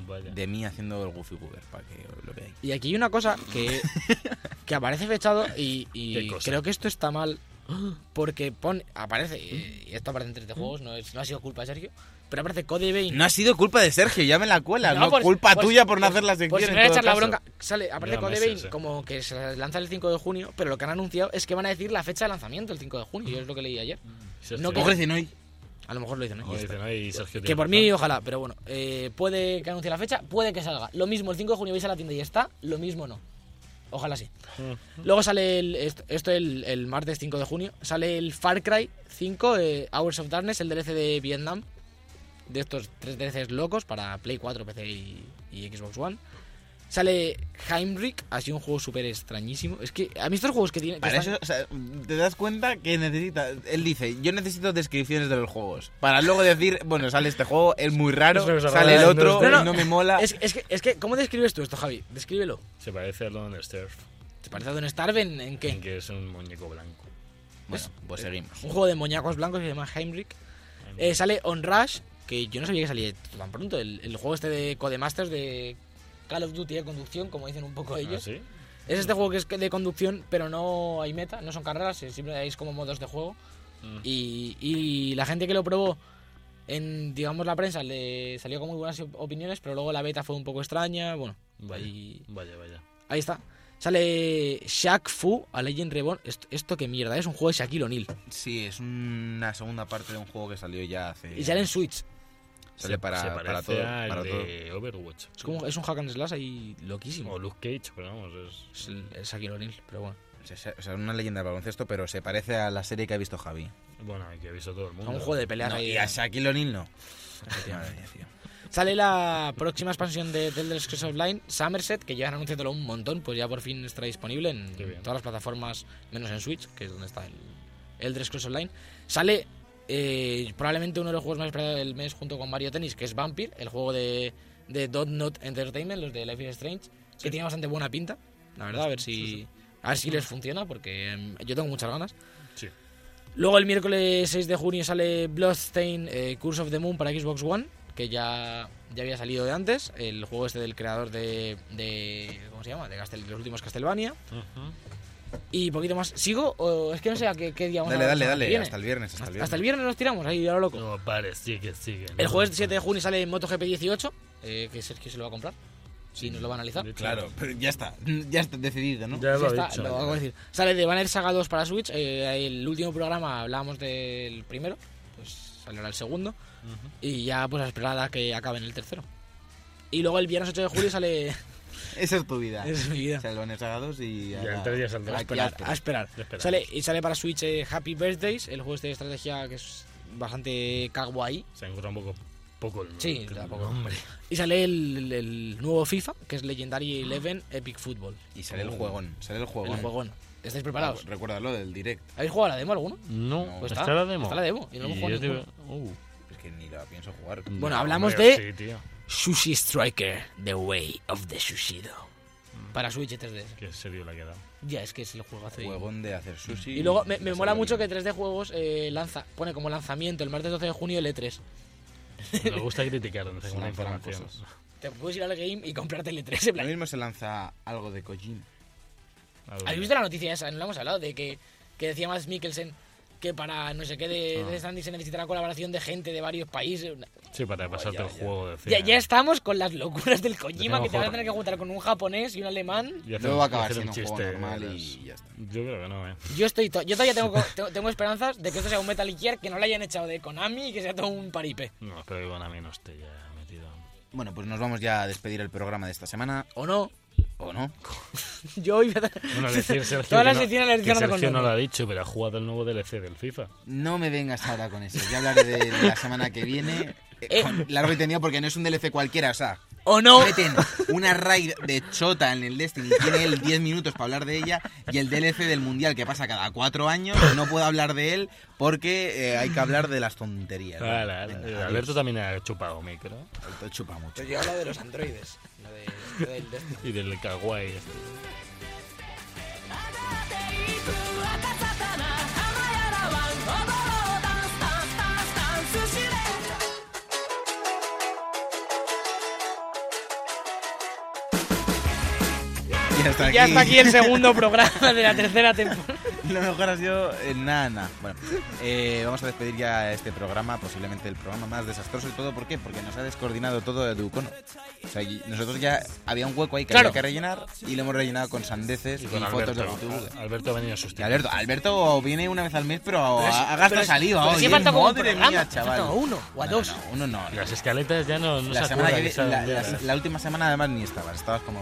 S4: Vaya.
S2: de mí haciendo el Goofy Goober para que lo veáis.
S5: Y aquí hay una cosa que, que aparece fechado y, y
S4: ¿Qué cosa?
S5: creo que esto está mal porque pone, aparece, eh, y esto aparece entre juegos, no, es- no ha sido culpa de Sergio, pero aparece Cody Vein.
S2: No ha sido culpa de Sergio, ya me la cuela. No,
S5: No, pues-
S2: culpa
S5: pues-
S2: tuya por no
S5: pues-
S2: hacer las sección.
S5: Pues si
S2: en
S5: me voy a
S2: todo
S5: echar la
S2: caso.
S5: bronca, sale, aparece
S4: Ya,
S5: Code
S4: meses,
S5: Vein
S4: eh.
S5: como que se lanza el 5 de junio, pero lo que han anunciado es que van a decir la fecha de lanzamiento el 5 de junio, yo es lo que leí ayer.
S4: Sergio-
S5: no
S2: Coge cien hoy.
S5: A lo mejor lo dicen, ¿eh? ¿no?
S4: Como dicen, ¿no? Y Sergio
S5: Que
S4: tiene
S5: por
S4: razón.
S5: mí, ojalá, pero bueno, eh, puede que anuncie la fecha, puede que salga. Lo mismo, el 5 de junio vais a la tienda y está, lo mismo no. Ojalá sí. Luego sale el, est- esto el, el martes 5 de junio, sale el Far Cry 5, eh, Hours of Darkness, el DLC de Vietnam, de estos tres DLCs locos para Play 4, PC y, y Xbox One. Sale Heimrich, así un juego súper extrañísimo. Es que a mí estos juegos que tienen... que
S2: Para
S5: están-
S2: eso, o sea, te das cuenta que necesita. Él dice: Yo necesito descripciones de los juegos. Para luego decir: Bueno, sale este juego, es muy raro.
S4: Es una cosa
S2: sale
S4: rara,
S2: el
S4: no
S2: otro,
S4: es-
S2: no,
S5: No, no.
S2: me mola.
S5: es, es que, es que, ¿cómo describes tú esto, Javi? Descríbelo.
S4: Se parece a Lone Earth,
S5: ¿Te parece a Don Starve en, en qué?
S4: en que es un muñeco blanco.
S2: Bueno, pues seguimos.
S5: un juego de moñacos blancos que se llama Heimrich. Eh, sale On Rush, que yo no sabía que salía esto tan pronto. El, el juego este de Codemasters de Call of Duty de conducción, como dicen un poco
S4: ¿Ah,
S5: ellos.
S4: sí?
S5: Es este juego que es de conducción, pero no hay meta, no son carreras, eh, simplemente es como modos de juego.
S4: Mm.
S5: Y, y la gente que lo probó en, digamos, la prensa le salió con muy buenas op- opiniones, pero luego la beta fue un poco extraña. Bueno,
S4: Vaya,
S5: ahí-
S4: vaya, vaya.
S5: Ahí está. Sale Shaq Fu a Legend Reborn. Esto, esto qué mierda, es un juego de Shaquille O'Neal.
S2: Sí, es una segunda parte de un juego que salió ya hace.
S5: Y sale en Switch.
S2: sale
S4: Se-
S2: para,
S4: se
S2: para
S4: parece
S2: todo.
S4: al
S2: Para todo.
S4: de Overwatch.
S5: Es, como, es un hack and slash ahí loquísimo.
S4: O Luke Cage, pero vamos, es...
S5: Es el, el Shaquille O'Neal, pero bueno.
S2: O sea, o sea, una leyenda del baloncesto, pero se parece a la serie que ha visto Javi.
S4: Bueno, que ha visto todo el
S5: Es
S4: mundo.
S5: un juego de peleas
S2: No,
S5: ahí.
S2: y a Shaquille O'Neal no. Madre mía, tío.
S5: Sale la próxima expansión de The Elder Scrolls Online, Somerset, que llevan anunciándolo un montón, pues ya por fin está disponible en
S4: Qué bien.
S5: todas las plataformas, menos en Switch, que es donde está el Elder Scrolls Online. Sale eh, probablemente uno de los juegos más esperados del mes junto con Mario Tennis, que es Vampire, el juego de, de Dot Not Entertainment, los de Life is Strange, que tiene bastante buena pinta, la verdad, a ver si, a ver si les funciona, porque em, yo tengo muchas ganas.
S4: Sí.
S5: Luego el miércoles 6 de junio sale Bloodstain eh, Curse of the Moon para Xbox One, que ya, ya había salido de antes, el juego este del creador de, de ¿cómo se llama? De, Castel- de los últimos Castlevania.
S4: Ujú.
S5: Y poquito más. ¿Sigo? O es que no sé a qué, qué día vamos a
S2: Dale,
S5: hablar
S2: dale, dale.
S5: la semana que viene.
S2: Hasta el viernes. Hasta el
S5: Hasta-
S2: viernes.
S5: hasta el viernes nos tiramos, ahí a lo loco.
S4: No pares, sigue, sigue.
S5: El
S4: no,
S5: jueves 7 de
S4: no.
S5: junio sale Moto GP 18, eh, que Sergio se lo va a comprar. Sí, nos lo va a analizar.
S4: De hecho,
S2: Claro, pero ya está. Ya está decidido, ¿no?
S4: Ya
S5: Sí
S4: lo
S5: está,
S4: ha dicho.
S5: lo acabo de decir. Sale de Banner Saga 2 para Switch. eh, el último programa hablábamos del primero, pues saldrá el segundo.
S4: Ujú.
S5: Y ya pues a esperar a que acaben el tercero. Y luego el viernes 8 de julio sale...
S2: Esa es tu vida.
S5: es mi
S2: O
S5: vida.
S2: sea, lo han ensagado y.
S4: Ya,
S2: ahora-
S4: entonces ya saldrá.
S2: aquí
S4: Espera.
S2: hasta-
S5: A esperar.
S4: Esperamos.
S5: Sale, y sale para Switch eh, Happy Birthdays, el juego este de estrategia que es bastante kawaii.
S4: Se encuentra un poco... Poco el
S5: Sí,
S4: el
S5: tampoco.
S4: nombre.
S5: Y sale el, el nuevo FIFA, que es Legendary
S4: Ah.
S5: Eleven Epic Football.
S2: Y sale el juegón. Sale el
S4: Oh,
S2: juegón. Ah,
S5: El juegón.
S4: Ah,
S5: ¿Estáis preparados?
S2: Recuérdalo del direct.
S5: ¿Habéis jugado a la demo alguno?
S4: No,
S2: No.
S4: pues está, la demo.
S5: está la demo, y no hemos jugado
S4: yo te-
S2: Es que ni la pienso jugar.
S4: Uh,
S5: Bueno,
S4: no,
S5: hablamos
S4: hombre, Sí,
S5: de-
S4: tío.
S5: Sushi Striker, The Way of the Sushido. Para Switch y 3D.
S4: Qué serio la que ha dado.
S5: Ya, es que es el juego hace.
S2: Juegón de hacer sushi.
S5: Y luego me, me
S2: de
S5: mola
S2: salir.
S5: mucho que 3D Juegos eh, lanza, pone como lanzamiento el martes 12 de junio el E E3.
S4: Me gusta criticar donde tengo
S2: Son
S4: una
S2: tramposos.
S4: información.
S5: Te puedes ir al game y comprarte el E3 en
S2: Lo
S5: plan.
S2: mismo se lanza algo de Kojima.
S4: Algo.
S5: ¿Habéis visto la noticia esa? No la hemos hablado, de que, que decía más Mikkelsen que para no sé qué de,
S4: Ah.
S5: de Sandy se necesita la colaboración de gente de varios países.
S4: Sí, para pasarte el juego.
S5: Ya,
S4: decía.
S5: ya estamos con las locuras del Kojima,
S4: Tenemos
S5: que te vas a
S4: otro.
S5: tener que juntar con un japonés y un alemán.
S4: Y hacer-
S2: Luego va a acabar
S4: hacer
S2: siendo un juego
S4: chiste,
S2: normal
S4: ¿verdad?
S2: y ya está.
S4: Yo creo que no, ¿eh?
S5: Yo estoy to- yo todavía tengo, co- tengo, tengo esperanzas de que esto sea un Metal Gear que no lo hayan echado de Konami y que sea todo un paripe.
S4: No, espero que con a mí no esté ya metido.
S2: Bueno, pues nos vamos ya a despedir el programa de esta semana.
S5: ¿O no?
S2: ¿O no?
S5: Yo hoy voy a-
S4: Bueno, decir Sergio
S5: Todas
S4: que
S5: las
S4: no-
S5: secciones las
S4: que
S5: dicen
S4: Sergio
S5: con
S4: no lo ha dicho, pero ha jugado el nuevo DLC del FIFA.
S2: No me vengas ahora con eso. Ya hablaré de la semana que viene. eh,
S5: Eh.
S2: con largo y tendido porque no es un DLC cualquiera, o sea.
S5: ¿O no?
S2: Meten una raid de chota en el Destiny y tiene él 10 minutos para hablar de ella y el DLC del Mundial que pasa cada 4 años, no puedo hablar de él porque eh, hay que hablar de las tonterías. ¿no?
S4: Ala, ala.
S2: Venga,
S4: Eh,
S2: adiós.
S4: Alberto también ha chupado micro.
S2: Alberto chupa mucho.
S5: Yo hablo de los androides. Lo de, lo del de-
S4: Y del kawaii. este.
S3: 「あがっていく若さかな」「はまやらわん」「踊ろうダンスタンス」「ダンスダンスダンスしれ」
S2: Y hasta
S5: Ya está aquí el segundo programa de la tercera temporada.
S2: Lo mejor ha sido eh, nada, nada. Bueno, eh, vamos a despedir ya este programa, posiblemente el programa más desastroso y todo. ¿Por qué? Porque nos ha descoordinado todo el Ducono. O sea, y nosotros ya había un hueco ahí que
S5: Claro.
S2: había que rellenar y lo hemos rellenado con sandeces y,
S4: Y con
S2: fotos de
S4: Alberto.
S2: YouTube.
S4: Al- Alberto ha venido a
S2: Y
S4: sustituir.
S2: Alberto, Alberto viene una vez al mes, pero ha, ha gastado saliva hoy.
S5: sí
S2: ¿eh?
S5: falta como un
S2: Madre
S5: programa,
S2: mía,
S5: falta
S2: chaval.
S5: a uno o a
S2: No,
S5: dos.
S2: no, uno no. no.
S4: Las escaletas ya no, no
S2: La,
S4: se
S2: semana
S4: acuerdan,
S2: que vi-
S4: saben
S2: la-
S4: de
S2: la-
S4: las-
S2: la última semana además ni estabas, estabas como...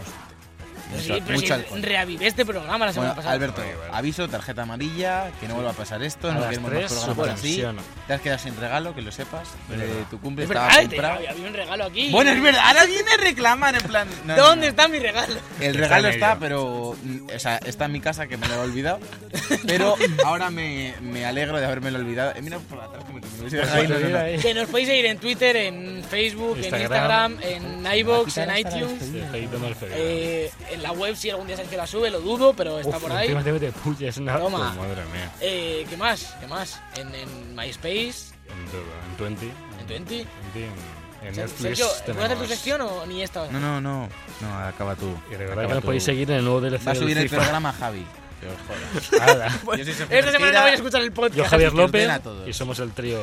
S5: Pero sí, pero
S2: mucho
S5: sí,
S2: alcohol.
S5: reavivé este programa la semana
S2: Bueno,
S5: pasada.
S2: Alberto,
S4: Vale, vale.
S2: aviso, tarjeta amarilla, que no vuelva a pasar esto,
S4: A
S2: no
S4: las
S2: queremos
S4: tres,
S2: más programas así.
S4: suspensión.
S2: Te has quedado sin regalo, que lo sepas.
S4: Es
S2: eh,
S4: verdad.
S2: tu cumple
S5: Es
S2: estaba
S5: verdad, te-
S2: comprado.
S5: había había un regalo aquí.
S2: Bueno, es verdad, ahora viene a reclamar en plan. no, no, no.
S5: ¿Dónde está mi regalo?
S2: El
S4: Está
S2: regalo
S4: en
S2: está,
S4: ello.
S2: pero. mm, O sea, está en mi casa que me lo he olvidado. Pero ahora me, me alegro de haberme lo olvidado. Eh, mira por atrás como que me lo hubiese dejado ahí, no, no, no.
S4: Ahí.
S5: Que nos podéis seguir en Twitter, en Facebook,
S4: Instagram.
S5: en Instagram, en iVoox, en iTunes.
S4: Sí, está ahí todo el cerebro.
S5: Eh, en la web, si algún día sabéis que la sube, lo dudo, pero está
S4: Uf,
S5: por ahí.
S4: encima te mete puyas, no.
S5: Toma.
S4: Oh, madre mía.
S5: Eh, ¿Qué más? ¿Qué más? En, en MySpace,
S4: En todo, en 20.
S5: en Twenty.
S4: En, en
S5: Ser-
S4: Netflix.
S5: Sergio, ¿puedes hacer tu
S4: tenemos-
S5: sección o ni esta?
S2: No, no, no. No, acaba tú.
S4: Y recordad que
S2: Acaba
S4: nos
S2: tú.
S4: podéis seguir en el nuevo DLC
S2: Va a subir
S4: del
S2: el
S4: FIFA.
S2: programa Javi. Que os joda.
S4: Ala.
S2: Yo soy Sergio
S5: Pues Esta semana no
S2: Cerqueira.
S5: vais a escuchar el podcast.
S4: Yo, Javier
S2: que os
S4: López,
S2: den a todos.
S4: y somos el trío.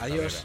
S5: Adiós.